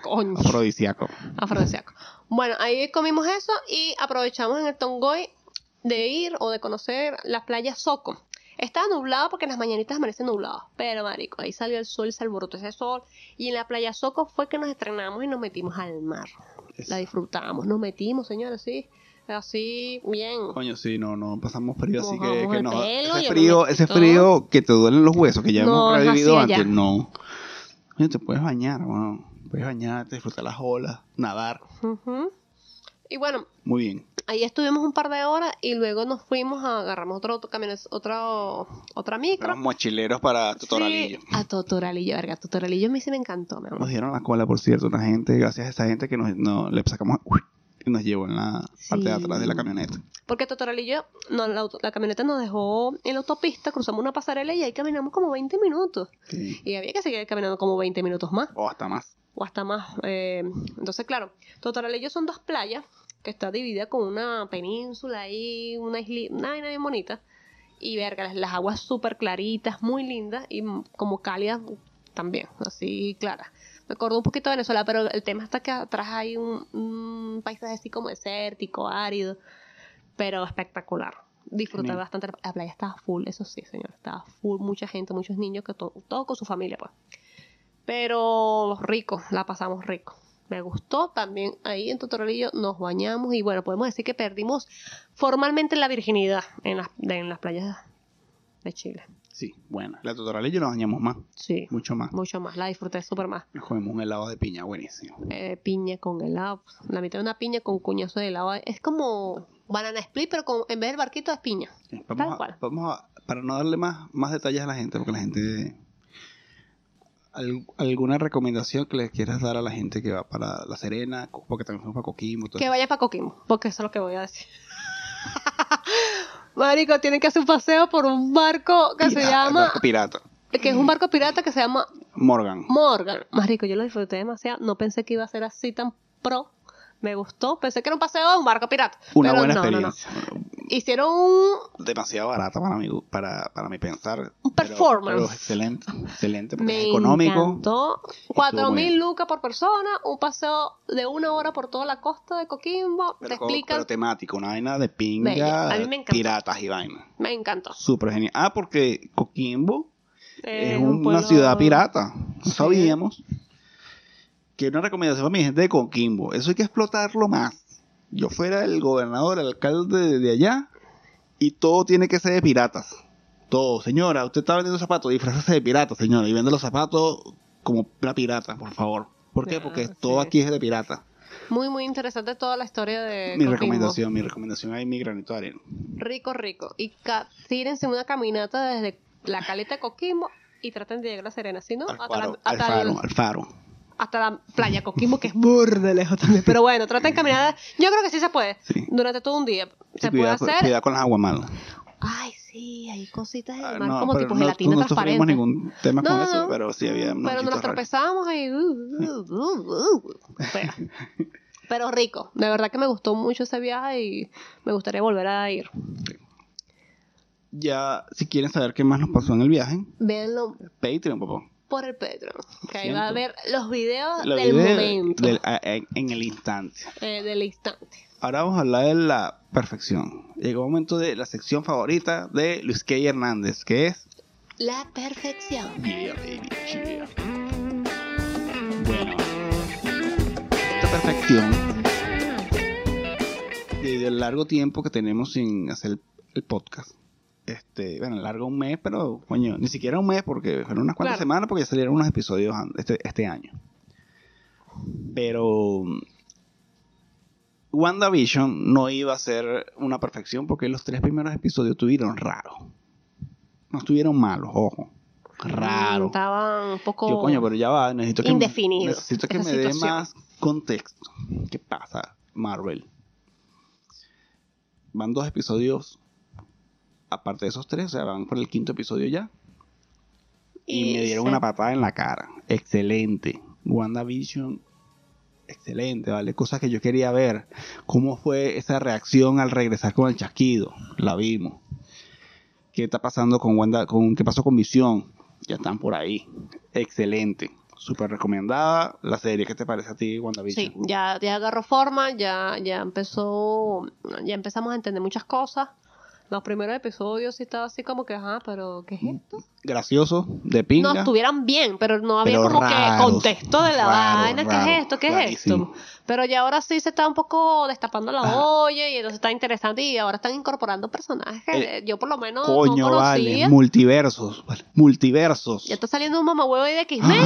Speaker 1: Coño.
Speaker 2: afrodisíaco.
Speaker 1: afrodisíaco. Bueno, ahí comimos eso y aprovechamos en el Tongoy de ir o de conocer las playas Soco. Estaba nublado porque en las mañanitas amanecen nublados, pero marico, ahí salió el sol, se alborotó ese sol y en la playa Soco fue que nos estrenamos y nos metimos al mar. La disfrutamos, nos metimos, señores, sí, así bien.
Speaker 2: Coño, sí, no, no pasamos frío, así que,
Speaker 1: Mojamos
Speaker 2: que
Speaker 1: el
Speaker 2: no.
Speaker 1: pelo,
Speaker 2: ese
Speaker 1: yo
Speaker 2: frío,
Speaker 1: no me
Speaker 2: ese
Speaker 1: quito.
Speaker 2: frío que te duelen los huesos, que ya
Speaker 1: No,
Speaker 2: hemos
Speaker 1: es así
Speaker 2: revivido antes,
Speaker 1: allá.
Speaker 2: no. Coño, te puedes bañar, bueno. Puedes bañarte, disfrutar las olas, nadar.
Speaker 1: Ujú. Y bueno,
Speaker 2: Muy bien.
Speaker 1: ahí estuvimos un par de horas y luego nos fuimos, a, agarramos otro, otro camiones- otro, otra micro.
Speaker 2: Los mochileros para Totoralillo.
Speaker 1: Sí, a Totoralillo, verga, Totoralillo a mí sí me encantó, mi amor.
Speaker 2: Nos dieron la cola, por cierto, una gente, gracias a esa gente que nos, no, le sacamos y nos llevó en la parte de
Speaker 1: Sí.
Speaker 2: atrás de la camioneta.
Speaker 1: Porque Totoralillo, no, la, auto- la camioneta nos dejó en la autopista, cruzamos una pasarela y ahí caminamos como 20 minutos.
Speaker 2: Sí.
Speaker 1: Y había que seguir caminando como 20 minutos más,
Speaker 2: O hasta más.
Speaker 1: o hasta más. eh, entonces, claro, Totoralillo son dos playas que está dividida con una península ahí, una isla, una vaina bien bonita. Y verga, las, las aguas súper claritas, muy lindas y m- como cálidas también, así claras. Me acuerdo un poquito de Venezuela, pero el tema está que atrás hay un, un paisaje así como desértico, árido, pero espectacular. Disfruté
Speaker 2: Genial.
Speaker 1: bastante, la- la playa estaba full, eso sí, señor, estaba full, mucha gente, muchos niños, que to- todo con su familia, pues. Pero rico, la pasamos rico. Me gustó también ahí en Totorolillo, nos bañamos y bueno, podemos decir que perdimos formalmente la virginidad en las, de- en las playas de Chile.
Speaker 2: Sí, bueno. La Totoralillo nos bañamos más,
Speaker 1: Sí,
Speaker 2: mucho más.
Speaker 1: mucho más, la disfruté súper más.
Speaker 2: Nos comemos un helado de piña, buenísimo.
Speaker 1: Eh, piña con helado, la mitad de una piña con cuñazo de helado. Es como banana split, pero con, en vez del barquito es piña.
Speaker 2: Sí,
Speaker 1: Tal
Speaker 2: Vamos, a,
Speaker 1: cual.
Speaker 2: vamos a- para no darle más, más detalles a la gente, porque la gente... al- ¿Alguna recomendación que le quieras dar a la gente que va para La Serena? Co- Porque también fuimos para Coquimbo. todo
Speaker 1: Que vaya para Coquimbo, porque eso es lo que voy a decir. Marico, tienen que hacer un paseo por un barco que
Speaker 2: eso.
Speaker 1: se
Speaker 2: Pirata,
Speaker 1: llama,
Speaker 2: barco pirata.
Speaker 1: que es un barco pirata que se llama
Speaker 2: Morgan.
Speaker 1: Morgan. Marico, yo lo disfruté demasiado, no pensé que iba a ser así tan pro. Me gustó, pensé que era un paseo de un barco pirata.
Speaker 2: Una
Speaker 1: pero
Speaker 2: buena
Speaker 1: no, no, no.
Speaker 2: experiencia.
Speaker 1: Hicieron un,
Speaker 2: Demasiado barata para mi, gu- para, para mi pensar.
Speaker 1: Un
Speaker 2: pero-
Speaker 1: performance.
Speaker 2: pero excelente, excelente, porque
Speaker 1: Me
Speaker 2: es económico.
Speaker 1: encantó.
Speaker 2: Estuvo
Speaker 1: Cuatro
Speaker 2: muy
Speaker 1: mil
Speaker 2: bien.
Speaker 1: lucas por persona, un paseo de una hora por toda la costa de Coquimbo.
Speaker 2: Pero,
Speaker 1: te
Speaker 2: co-
Speaker 1: explican.
Speaker 2: pero temático, una vaina de
Speaker 1: Bella.
Speaker 2: pinga,
Speaker 1: A mí me encantó.
Speaker 2: piratas y vaina.
Speaker 1: Me encantó.
Speaker 2: Súper genial. Ah, porque Coquimbo
Speaker 1: Eh,
Speaker 2: es
Speaker 1: un
Speaker 2: una
Speaker 1: pueblo-
Speaker 2: ciudad pirata. No
Speaker 1: Sí.
Speaker 2: sabíamos. Que una recomendación para mi gente de Coquimbo. Eso hay que explotarlo más. Yo fuera el gobernador, el alcalde de, de allá, y todo tiene que ser de piratas. Todo. Señora, usted está vendiendo zapatos, disfrazarse de pirata, señora, y vende los zapatos como una pirata, por favor. ¿Por qué?
Speaker 1: Ah,
Speaker 2: Porque
Speaker 1: sí.
Speaker 2: todo aquí es de pirata.
Speaker 1: Muy, muy interesante toda la historia de.
Speaker 2: mi
Speaker 1: Coquimbo.
Speaker 2: recomendación, mi recomendación ahí, mi granito de arena.
Speaker 1: Rico, rico. Y ca- tírense una caminata desde la caleta de Coquimbo y traten de llegar a Serena. Si no,
Speaker 2: Al
Speaker 1: hasta
Speaker 2: faro,
Speaker 1: la,
Speaker 2: al
Speaker 1: hasta el-
Speaker 2: faro, al faro.
Speaker 1: hasta la playa Coquimbo, que es burda de lejos también. Pero bueno, traten de caminar. Yo creo que sí se puede.
Speaker 2: Sí.
Speaker 1: Durante todo un día.
Speaker 2: Sí,
Speaker 1: Se puede
Speaker 2: cuidado, con-
Speaker 1: hacer.
Speaker 2: cuidado con las aguamalas.
Speaker 1: Ay, sí, hay cositas en
Speaker 2: Ah,
Speaker 1: el mar como
Speaker 2: pero
Speaker 1: tipo
Speaker 2: no,
Speaker 1: gelatina
Speaker 2: no
Speaker 1: transparente.
Speaker 2: sufrimos ningún tema
Speaker 1: No,
Speaker 2: con
Speaker 1: no,
Speaker 2: eso,
Speaker 1: no.
Speaker 2: pero sí había unos
Speaker 1: Pero nos
Speaker 2: bichos
Speaker 1: las
Speaker 2: raros.
Speaker 1: tropezamos y... uh, uh, uh, uh, uh, fea. Pero rico. De verdad que me gustó mucho ese viaje y me gustaría volver a ir.
Speaker 2: Ya, si quieren saber qué más nos pasó en el viaje,
Speaker 1: Véanlo
Speaker 2: Patreon, papá.
Speaker 1: por el Patreon. Que ahí
Speaker 2: Siempre.
Speaker 1: va a ver los videos
Speaker 2: Lo
Speaker 1: Ah, del
Speaker 2: vi de-
Speaker 1: momento.
Speaker 2: del- a- en, en el instante.
Speaker 1: eh, del instante.
Speaker 2: Ahora vamos a hablar de la perfección. Llegó el momento de la sección favorita de Luis K. Hernández, que es...
Speaker 1: La perfección.
Speaker 2: Yeah, baby, yeah. Bueno, esta perfección, debido al largo tiempo que tenemos sin hacer el, el podcast, este, bueno, largo un mes, pero coño, ni siquiera un mes, porque fueron unas cuantas
Speaker 1: Claro.
Speaker 2: semanas, porque ya salieron unos episodios an- este, este año. Pero mm, WandaVision no iba a ser una perfección porque los tres primeros episodios tuvieron raro. no estuvieron malos, ojo. Raro.
Speaker 1: Estaba un poco.
Speaker 2: Yo, coño, pues, pero ya va, necesito que,
Speaker 1: Indefinido,
Speaker 2: necesito que
Speaker 1: esa
Speaker 2: me dé
Speaker 1: situación.
Speaker 2: más contexto. ¿Qué pasa, Marvel? Van dos episodios, aparte de esos tres, o sea, van por el quinto episodio ya. Y, me dieron
Speaker 1: se-
Speaker 2: una patada en la cara. Excelente. WandaVision, excelente, ¿vale? Cosas que yo quería ver. ¿Cómo fue esa reacción al regresar con el chasquido? La vimos. ¿Qué está pasando con Wanda? Con, ¿Qué pasó con Visión? Ya están por ahí. Excelente. Súper recomendada la serie. ¿Qué te parece a ti, WandaVision?
Speaker 1: Sí, ya, ya agarró forma, ya, ya empezó, ya empezamos a entender muchas cosas. Los primeros episodios sí estaba así como que, ajá, pero ¿qué es esto?
Speaker 2: Gracioso, de
Speaker 1: No,
Speaker 2: pinga.
Speaker 1: estuvieran bien, pero no había
Speaker 2: Pero
Speaker 1: como
Speaker 2: raros,
Speaker 1: que contexto de la
Speaker 2: raro,
Speaker 1: vaina, ¿qué
Speaker 2: raro,
Speaker 1: es esto? ¿Qué
Speaker 2: rarísimo.
Speaker 1: es esto? Pero ya ahora sí se está un poco destapando la
Speaker 2: Ajá.
Speaker 1: olla y entonces está interesante y ahora están incorporando personajes que
Speaker 2: Eh,
Speaker 1: yo por lo menos
Speaker 2: Coño,
Speaker 1: no conocía.
Speaker 2: vale. Multiversos, vale. Multiversos.
Speaker 1: Ya está saliendo un mamahuevo ahí de X-Men.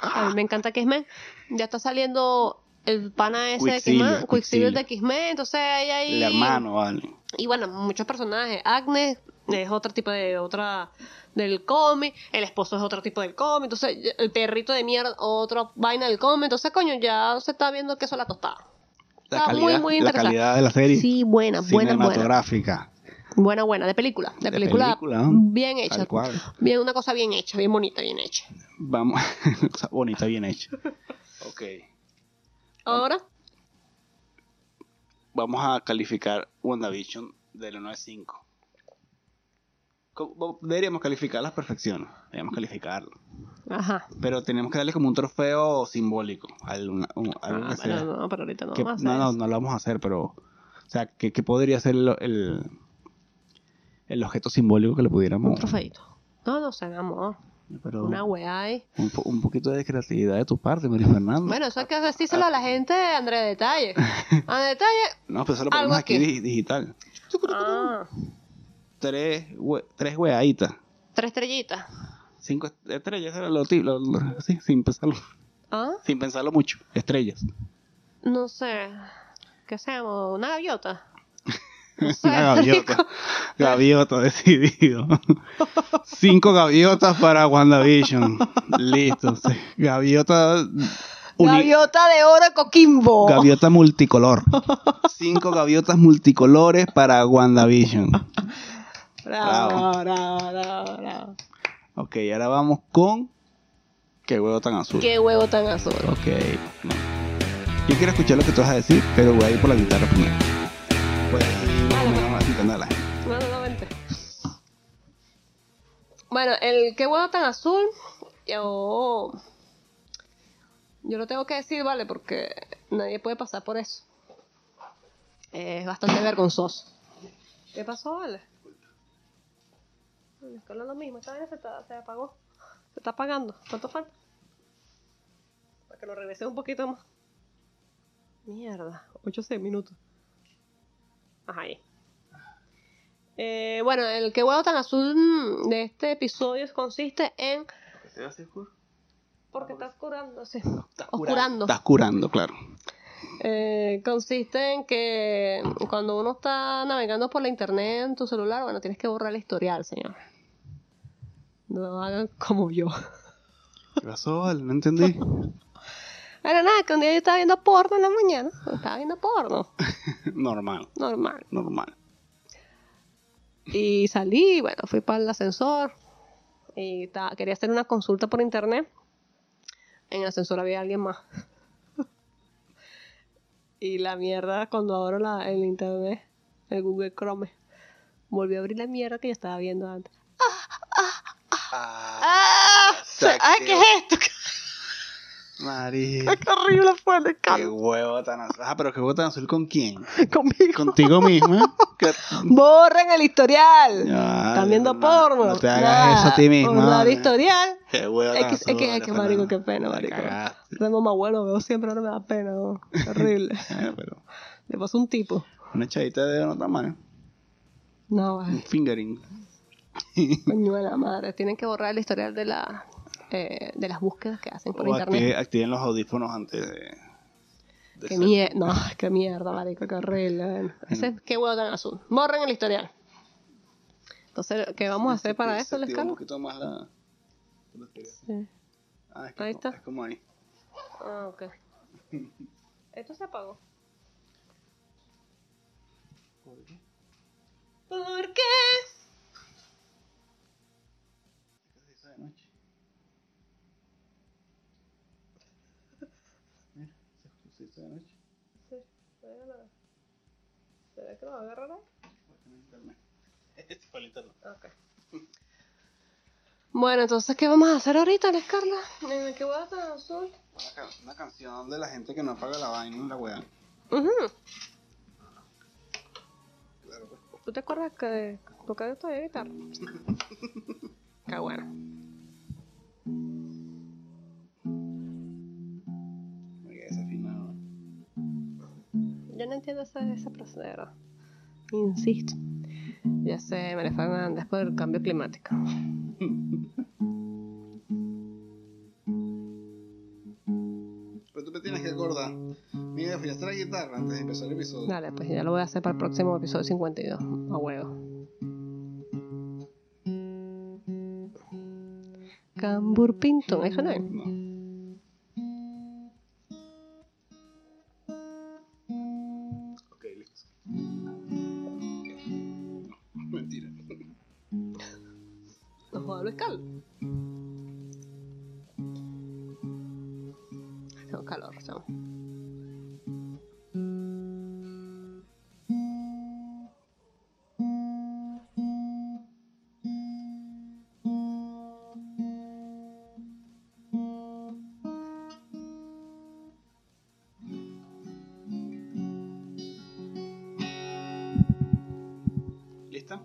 Speaker 2: Ah.
Speaker 1: A mí me encanta X-Men. Ya está saliendo el pana ese de
Speaker 2: Quicksilver,
Speaker 1: X-Men, Quicksilver de
Speaker 2: Quicksilver.
Speaker 1: X-Men. Entonces hay ahí.
Speaker 2: El hermano, vale.
Speaker 1: Y bueno, muchos personajes. Agnes es otro tipo de otra del cómic. El esposo es otro tipo del cómic. Entonces el perrito de mierda, otra vaina del cómic. Entonces, coño, ya se está viendo que eso la tostada.
Speaker 2: La
Speaker 1: Está
Speaker 2: calidad,
Speaker 1: Ah, muy, muy
Speaker 2: la
Speaker 1: interesante.
Speaker 2: calidad de la serie.
Speaker 1: Sí, buena, buena, buena.
Speaker 2: cinematográfica.
Speaker 1: Buena, buena, de película. De,
Speaker 2: De
Speaker 1: película,
Speaker 2: película, ¿no?
Speaker 1: bien hecha.
Speaker 2: Tal cual.
Speaker 1: Bien, una cosa bien hecha, bien bonita, bien hecha.
Speaker 2: Vamos. cosa bonita, bien hecha. ok.
Speaker 1: Ahora,
Speaker 2: Vamos a calificar WandaVision del 1 al 5. Co- Deberíamos calificar las perfecciones. Deberíamos calificarlo.
Speaker 1: ajá.
Speaker 2: Pero tenemos que darle como un trofeo simbólico. Al, una- un-
Speaker 1: Ah,
Speaker 2: algo que
Speaker 1: bueno,
Speaker 2: sea-
Speaker 1: no, pero ahorita no
Speaker 2: que-
Speaker 1: vamos a
Speaker 2: no,
Speaker 1: hacer
Speaker 2: no,
Speaker 1: eso.
Speaker 2: no lo vamos a hacer, pero. O sea, que, que podría ser el, el, el objeto simbólico que le
Speaker 1: Un
Speaker 2: pudiéramos.
Speaker 1: trofeito. No, no sé, mi amor.
Speaker 2: Pero-
Speaker 1: Una weá ahí.
Speaker 2: Un, po- un poquito de creatividad de tu parte, María Fernanda.
Speaker 1: Bueno, eso hay
Speaker 2: Ah.
Speaker 1: que decírselo a la gente de André Detalle. André Detalle.
Speaker 2: no, pues eso lo
Speaker 1: algo
Speaker 2: ponemos aquí
Speaker 1: aquí.
Speaker 2: di- digital.
Speaker 1: Ah,
Speaker 2: Tres, hue- tres hueaditas.
Speaker 1: tres estrellitas.
Speaker 2: Cinco est- eh, estrellas era lo ti- lo- lo- sí, sin pensarlo,
Speaker 1: Ah,
Speaker 2: sin pensarlo mucho. Estrellas.
Speaker 1: no sé. ¿Qué hacemos? ¿Una gaviota? No sé,
Speaker 2: Una gaviota.
Speaker 1: marico.
Speaker 2: Gaviota decidido. Cinco gaviotas para WandaVision. Listo. sí. Gaviota. uni-
Speaker 1: Gaviota de oro de Coquimbo.
Speaker 2: Gaviota multicolor. Cinco gaviotas multicolores para WandaVision.
Speaker 1: Bravo, bravo, bravo, bravo.
Speaker 2: Ok, ahora vamos con. Qué huevo tan azul.
Speaker 1: Qué huevo tan azul.
Speaker 2: Ok. no. Yo quiero escuchar lo que tú vas a decir, pero voy a ir por la guitarra primero. Pues
Speaker 1: Ah,
Speaker 2: más o menos así, cantarla.
Speaker 1: No, no, no, vente. Bueno, el qué huevo tan azul, yo. Yo lo tengo que decir, vale, porque nadie puede pasar por eso. Es bastante vergonzoso. ¿Qué pasó, vale? Bueno, es que no es lo mismo, esta vaina se, está- se apagó. Se está apagando. ¿Cuánto falta? Para que lo regrese un poquito más. Mierda, 8 o 6 minutos. Ajá, ahí. Eh, bueno, el que huevo tan azul mm, de este episodio consiste en. Porque estás curando, sí. Oscurando.
Speaker 2: Estás curando, claro.
Speaker 1: Eh, consiste en que mm, cuando uno está navegando por la internet en tu celular, bueno, tienes que borrar el historial, señor. No hagan como yo.
Speaker 2: ¿Qué pasó? vale? No entendí.
Speaker 1: Era nada, que un día yo estaba viendo porno en la mañana. Estaba viendo porno.
Speaker 2: Normal,
Speaker 1: Normal.
Speaker 2: normal.
Speaker 1: Y salí, bueno, fui para el ascensor y ta- quería hacer una consulta por internet. En el ascensor había alguien más. y la mierda, cuando abro la, el internet, el Google Chrome, volví a abrir la mierda que yo estaba viendo antes. ¡Ah! ¡Ay, qué es esto!
Speaker 2: María.
Speaker 1: ¡Qué horrible fue el
Speaker 2: Qué
Speaker 1: escándalo
Speaker 2: huevo tan azul. Ah, pero qué huevo tan azul con quién?
Speaker 1: conmigo!
Speaker 2: Contigo misma. Que-
Speaker 1: ¡Borren el historial!
Speaker 2: Ya,
Speaker 1: Están viendo
Speaker 2: no,
Speaker 1: porno.
Speaker 2: no te hagas eso a ti misma,
Speaker 1: Borrar
Speaker 2: vale.
Speaker 1: historial.
Speaker 2: Qué huevo tan
Speaker 1: Es que, es
Speaker 2: azul,
Speaker 1: que, es
Speaker 2: vale,
Speaker 1: que, marico, qué
Speaker 2: Fernanda.
Speaker 1: pena,
Speaker 2: La
Speaker 1: marico.
Speaker 2: cagaste.
Speaker 1: Ese mamá lo veo siempre, ahora me da pena, ¿no? Qué horrible.
Speaker 2: Eh, pero
Speaker 1: Le pasó un tipo.
Speaker 2: una echadita de dedo no está mal.
Speaker 1: No,
Speaker 2: Un
Speaker 1: vale.
Speaker 2: fingering.
Speaker 1: coño de la madre. Tienen que borrar el historial de, la, eh, de las búsquedas que hacen por
Speaker 2: O
Speaker 1: internet.
Speaker 2: active- activen los audífonos antes de. de
Speaker 1: Qué
Speaker 2: ser-
Speaker 1: mierda, no, qué mierda, marico, qué horrible. bueno. Ese es qué huevo tan azul. Borren el historial. Entonces, ¿qué vamos a hacer para eso,
Speaker 2: Activa
Speaker 1: les
Speaker 2: un
Speaker 1: cargo?
Speaker 2: poquito más la... la batería.
Speaker 1: Sí.
Speaker 2: Ah, es que
Speaker 1: Ahí
Speaker 2: como-
Speaker 1: está.
Speaker 2: Es como ahí.
Speaker 1: Ah, ok. Esto se apagó. ¿Por qué?
Speaker 2: de noche. Mira, se hizo de noche.
Speaker 1: Sí, déjalo. ¿Será que lo va a agarrar ahí? Ok. Bueno, entonces, ¿qué vamos a hacer ahorita, Les Carla? ¿En qué boda tan azul?
Speaker 2: Una, ca- una canción de la gente que no apaga la vaina en la weá.
Speaker 1: Ujú.
Speaker 2: Claro, pues.
Speaker 1: ¿Tú te acuerdas que tocaba esto de guitarra? Qué bueno.
Speaker 2: Oiga, desafinado.
Speaker 1: Yo no entiendo esa, esa procedera. Insisto. Ya sé, María Fernández, por el cambio climático.
Speaker 2: Pero tú me tienes que acordar. Mira, afilaste la guitarra antes de empezar el episodio.
Speaker 1: Dale, pues ya lo voy a hacer para el próximo episodio 52. A huevo. Cambur Pinton, ¿ahí suena?
Speaker 2: No. Ok, listo. No, mentira.
Speaker 1: Los jugadores cal. Tengo calor, chamo.
Speaker 2: ¿Lista?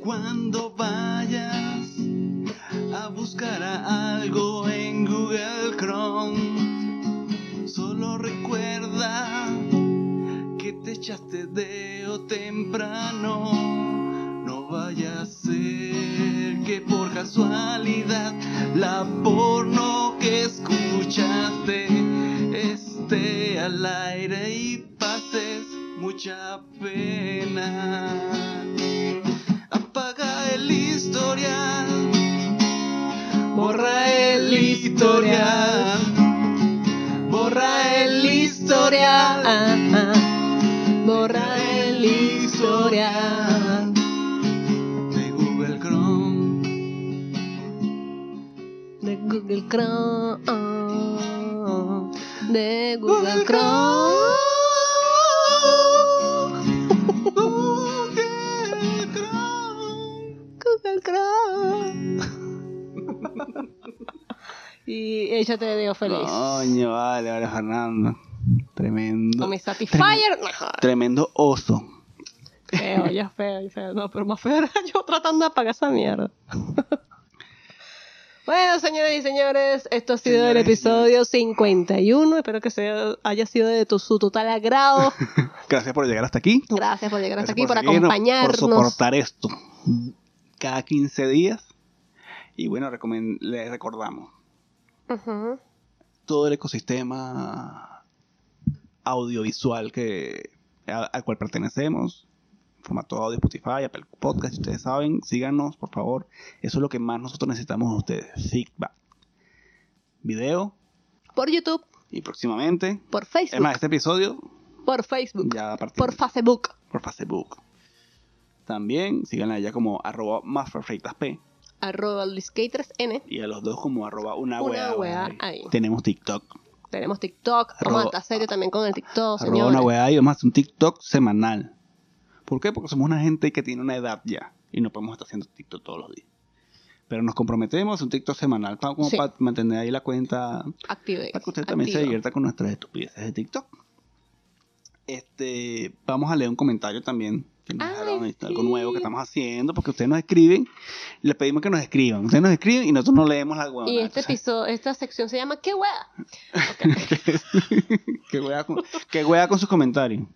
Speaker 2: Cuando vayas a buscar a algo en Google Chrome, solo recuerda que te echaste deo temprano. No vaya a ser que por casualidad la porno que escuchaste esté al aire y pases mucha pena. Apaga el historial, borra el historial, borra el historial.
Speaker 1: Borra el historial.
Speaker 2: de Google Chrome.
Speaker 1: De Google Chrome. De Google Chrome.
Speaker 2: Google Chrome.
Speaker 1: Google Chrome. y ella te dio feliz.
Speaker 2: Coño, vale, vale, Fernando. Tremendo.
Speaker 1: Con mi Satisfyer. No,
Speaker 2: Tremendo oso.
Speaker 1: Feo, ya feo, ya feo. No, pero más feo era yo tratando de apagar esa mierda. Bueno, señores y señores, esto ha sido el
Speaker 2: Señoras y
Speaker 1: episodio 51. Espero que sea, haya sido de tu, su total agrado.
Speaker 2: Gracias por llegar hasta aquí.
Speaker 1: Gracias por llegar hasta
Speaker 2: Gracias
Speaker 1: aquí, por
Speaker 2: seguirnos,
Speaker 1: acompañarnos.
Speaker 2: Por soportar esto. Cada 15 días. Y bueno, recomen- les recordamos.
Speaker 1: Ujú.
Speaker 2: todo el ecosistema audiovisual que a- al cual pertenecemos. Formato audio, Spotify, Apple Podcast, si ustedes saben, síganos, por favor. Eso es lo que más nosotros necesitamos de ustedes. Feedback. Video
Speaker 1: Por YouTube,
Speaker 2: y próximamente.
Speaker 1: por
Speaker 2: Es
Speaker 1: Facebook,
Speaker 2: más, este episodio
Speaker 1: por Facebook,
Speaker 2: ya a partir
Speaker 1: por Facebook.
Speaker 2: por Facebook. También síganla ya como arroba más perfectas P
Speaker 1: Arroba LuisK3N.
Speaker 2: y a los dos como arroba una,
Speaker 1: Una
Speaker 2: wea,
Speaker 1: wea
Speaker 2: ahí.
Speaker 1: ahí.
Speaker 2: Tenemos TikTok.
Speaker 1: Tenemos TikTok. Vamos a
Speaker 2: Arroba-
Speaker 1: estar serio también con el TikTok,
Speaker 2: Arroba una
Speaker 1: señores.
Speaker 2: weá y vamos a hacer un TikTok semanal. ¿Por qué? Porque somos una gente que tiene una edad ya y no podemos estar haciendo TikTok todos los días. Pero nos comprometemos a hacer un TikTok semanal pa- como
Speaker 1: Sí.
Speaker 2: para mantener ahí la cuenta
Speaker 1: Active.
Speaker 2: para que usted también se
Speaker 1: activa.
Speaker 2: divierta con nuestras estupideces de TikTok. Este, vamos a leer un comentario también que nos
Speaker 1: Ay,
Speaker 2: dejaron ahí, está algo
Speaker 1: sí.
Speaker 2: nuevo que estamos haciendo porque ustedes nos escriben y les pedimos que nos escriban. Ustedes nos escriben y nosotros no leemos la huevona.
Speaker 1: Y este
Speaker 2: Entonces,
Speaker 1: episodio, esta sección se llama ¿Qué hueá?
Speaker 2: qué hueá con, qué hueá con sus comentarios.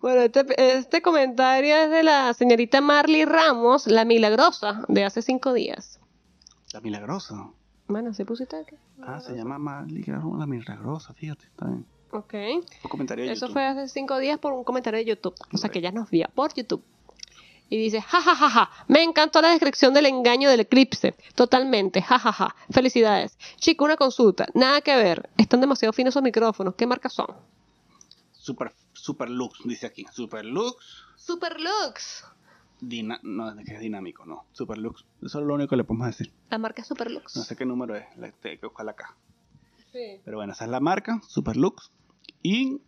Speaker 1: Bueno, este, este comentario es de la señorita Marley Ramos, la milagrosa, de hace cinco días.
Speaker 2: La milagrosa.
Speaker 1: Bueno, ¿se pusiste aquí?
Speaker 2: Ah, se llama Marley Garrón, la milagrosa, fíjate, está bien.
Speaker 1: Ok.
Speaker 2: Un comentario de
Speaker 1: Eso
Speaker 2: YouTube.
Speaker 1: fue hace cinco días por un comentario de YouTube. O sea que ya nos vía por YouTube. Y dice, jajajaja, me encantó la descripción del engaño del eclipse. Totalmente, jajaja. Felicidades. Chico, una consulta. Nada que ver. Están demasiado finos esos micrófonos. ¿Qué marca son?
Speaker 2: Super, super Lux, dice aquí. Super Lux.
Speaker 1: Superlux.
Speaker 2: Dina no, es que es dinámico, no. Super Lux. Eso es lo único que le podemos decir.
Speaker 1: La marca es
Speaker 2: No
Speaker 1: Superlux.
Speaker 2: sé qué número es. La, te- que ojalá acá.
Speaker 1: Sí.
Speaker 2: Pero bueno, esa es la marca, Superlux. Y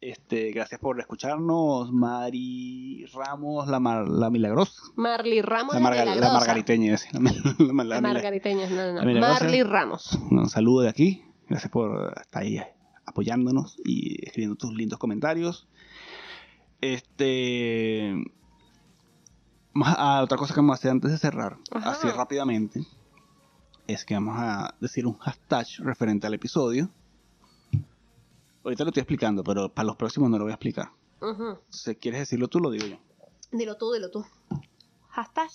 Speaker 2: este, gracias por escucharnos, Mari Ramos, la, mar- la milagrosa.
Speaker 1: Marley Ramos.
Speaker 2: La, marga- la
Speaker 1: milagrosa.
Speaker 2: margariteña, es decir, la mil- la- la
Speaker 1: La
Speaker 2: mila-
Speaker 1: margariteña, no, no,
Speaker 2: la
Speaker 1: no.
Speaker 2: milagrosa.
Speaker 1: Marley Ramos.
Speaker 2: Un saludo de aquí. Gracias por estar ahí apoyándonos y escribiendo tus lindos comentarios. Este. Vamos a otra cosa que vamos a hacer antes de cerrar,
Speaker 1: Ajá.
Speaker 2: así rápidamente, es que vamos a decir un hashtag referente al episodio. Ahorita lo estoy explicando, pero para los próximos no lo voy a explicar.
Speaker 1: Ujú.
Speaker 2: Si quieres decirlo tú, lo digo yo.
Speaker 1: Dilo tú, dilo tú. Hashtag.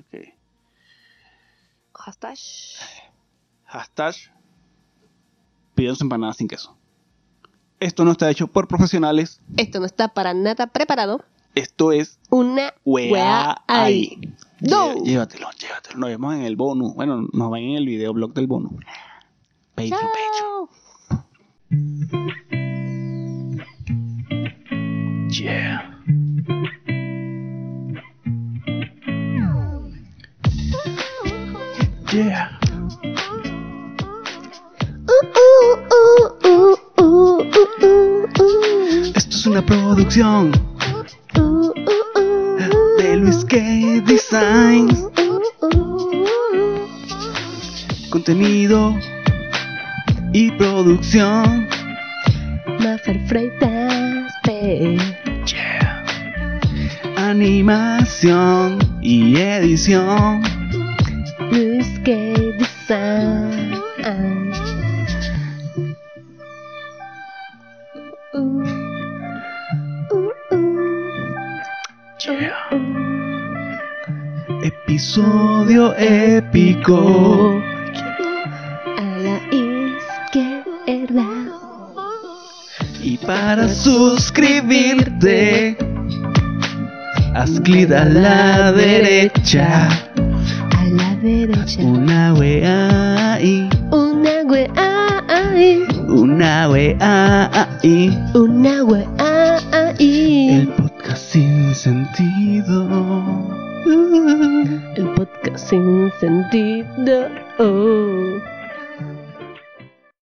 Speaker 2: Ok.
Speaker 1: Hashtag.
Speaker 2: Hashtag pidan su empanada sin queso. Esto no está hecho por profesionales,
Speaker 1: Esto no está para nada preparado.
Speaker 2: esto es
Speaker 1: una
Speaker 2: Wea
Speaker 1: wea
Speaker 2: ahí.
Speaker 1: ahí. No.
Speaker 2: Lle- Llévatelo, llévatelo. Nos vemos en el bonus. Bueno, nos ven en el videoblog del bonus. Pecho, pecho.
Speaker 1: Chao.
Speaker 2: Yeah. Yeah. Esto es una producción de Luis K Designs. Contenido y producción.
Speaker 1: Mafer Freitas P.
Speaker 2: Yeah. Animación y edición.
Speaker 1: Luis Ah, K. Design.
Speaker 2: Episodio épico.
Speaker 1: A la izquierda.
Speaker 2: Y para suscribirte, haz clic a la derecha.
Speaker 1: A la derecha.
Speaker 2: Una wea ahí,
Speaker 1: Una wea ahí.
Speaker 2: una wea ahí.
Speaker 1: Una wea
Speaker 2: El
Speaker 1: ahí.
Speaker 2: podcast sin sentido.
Speaker 1: El podcast sin sentido. Oh.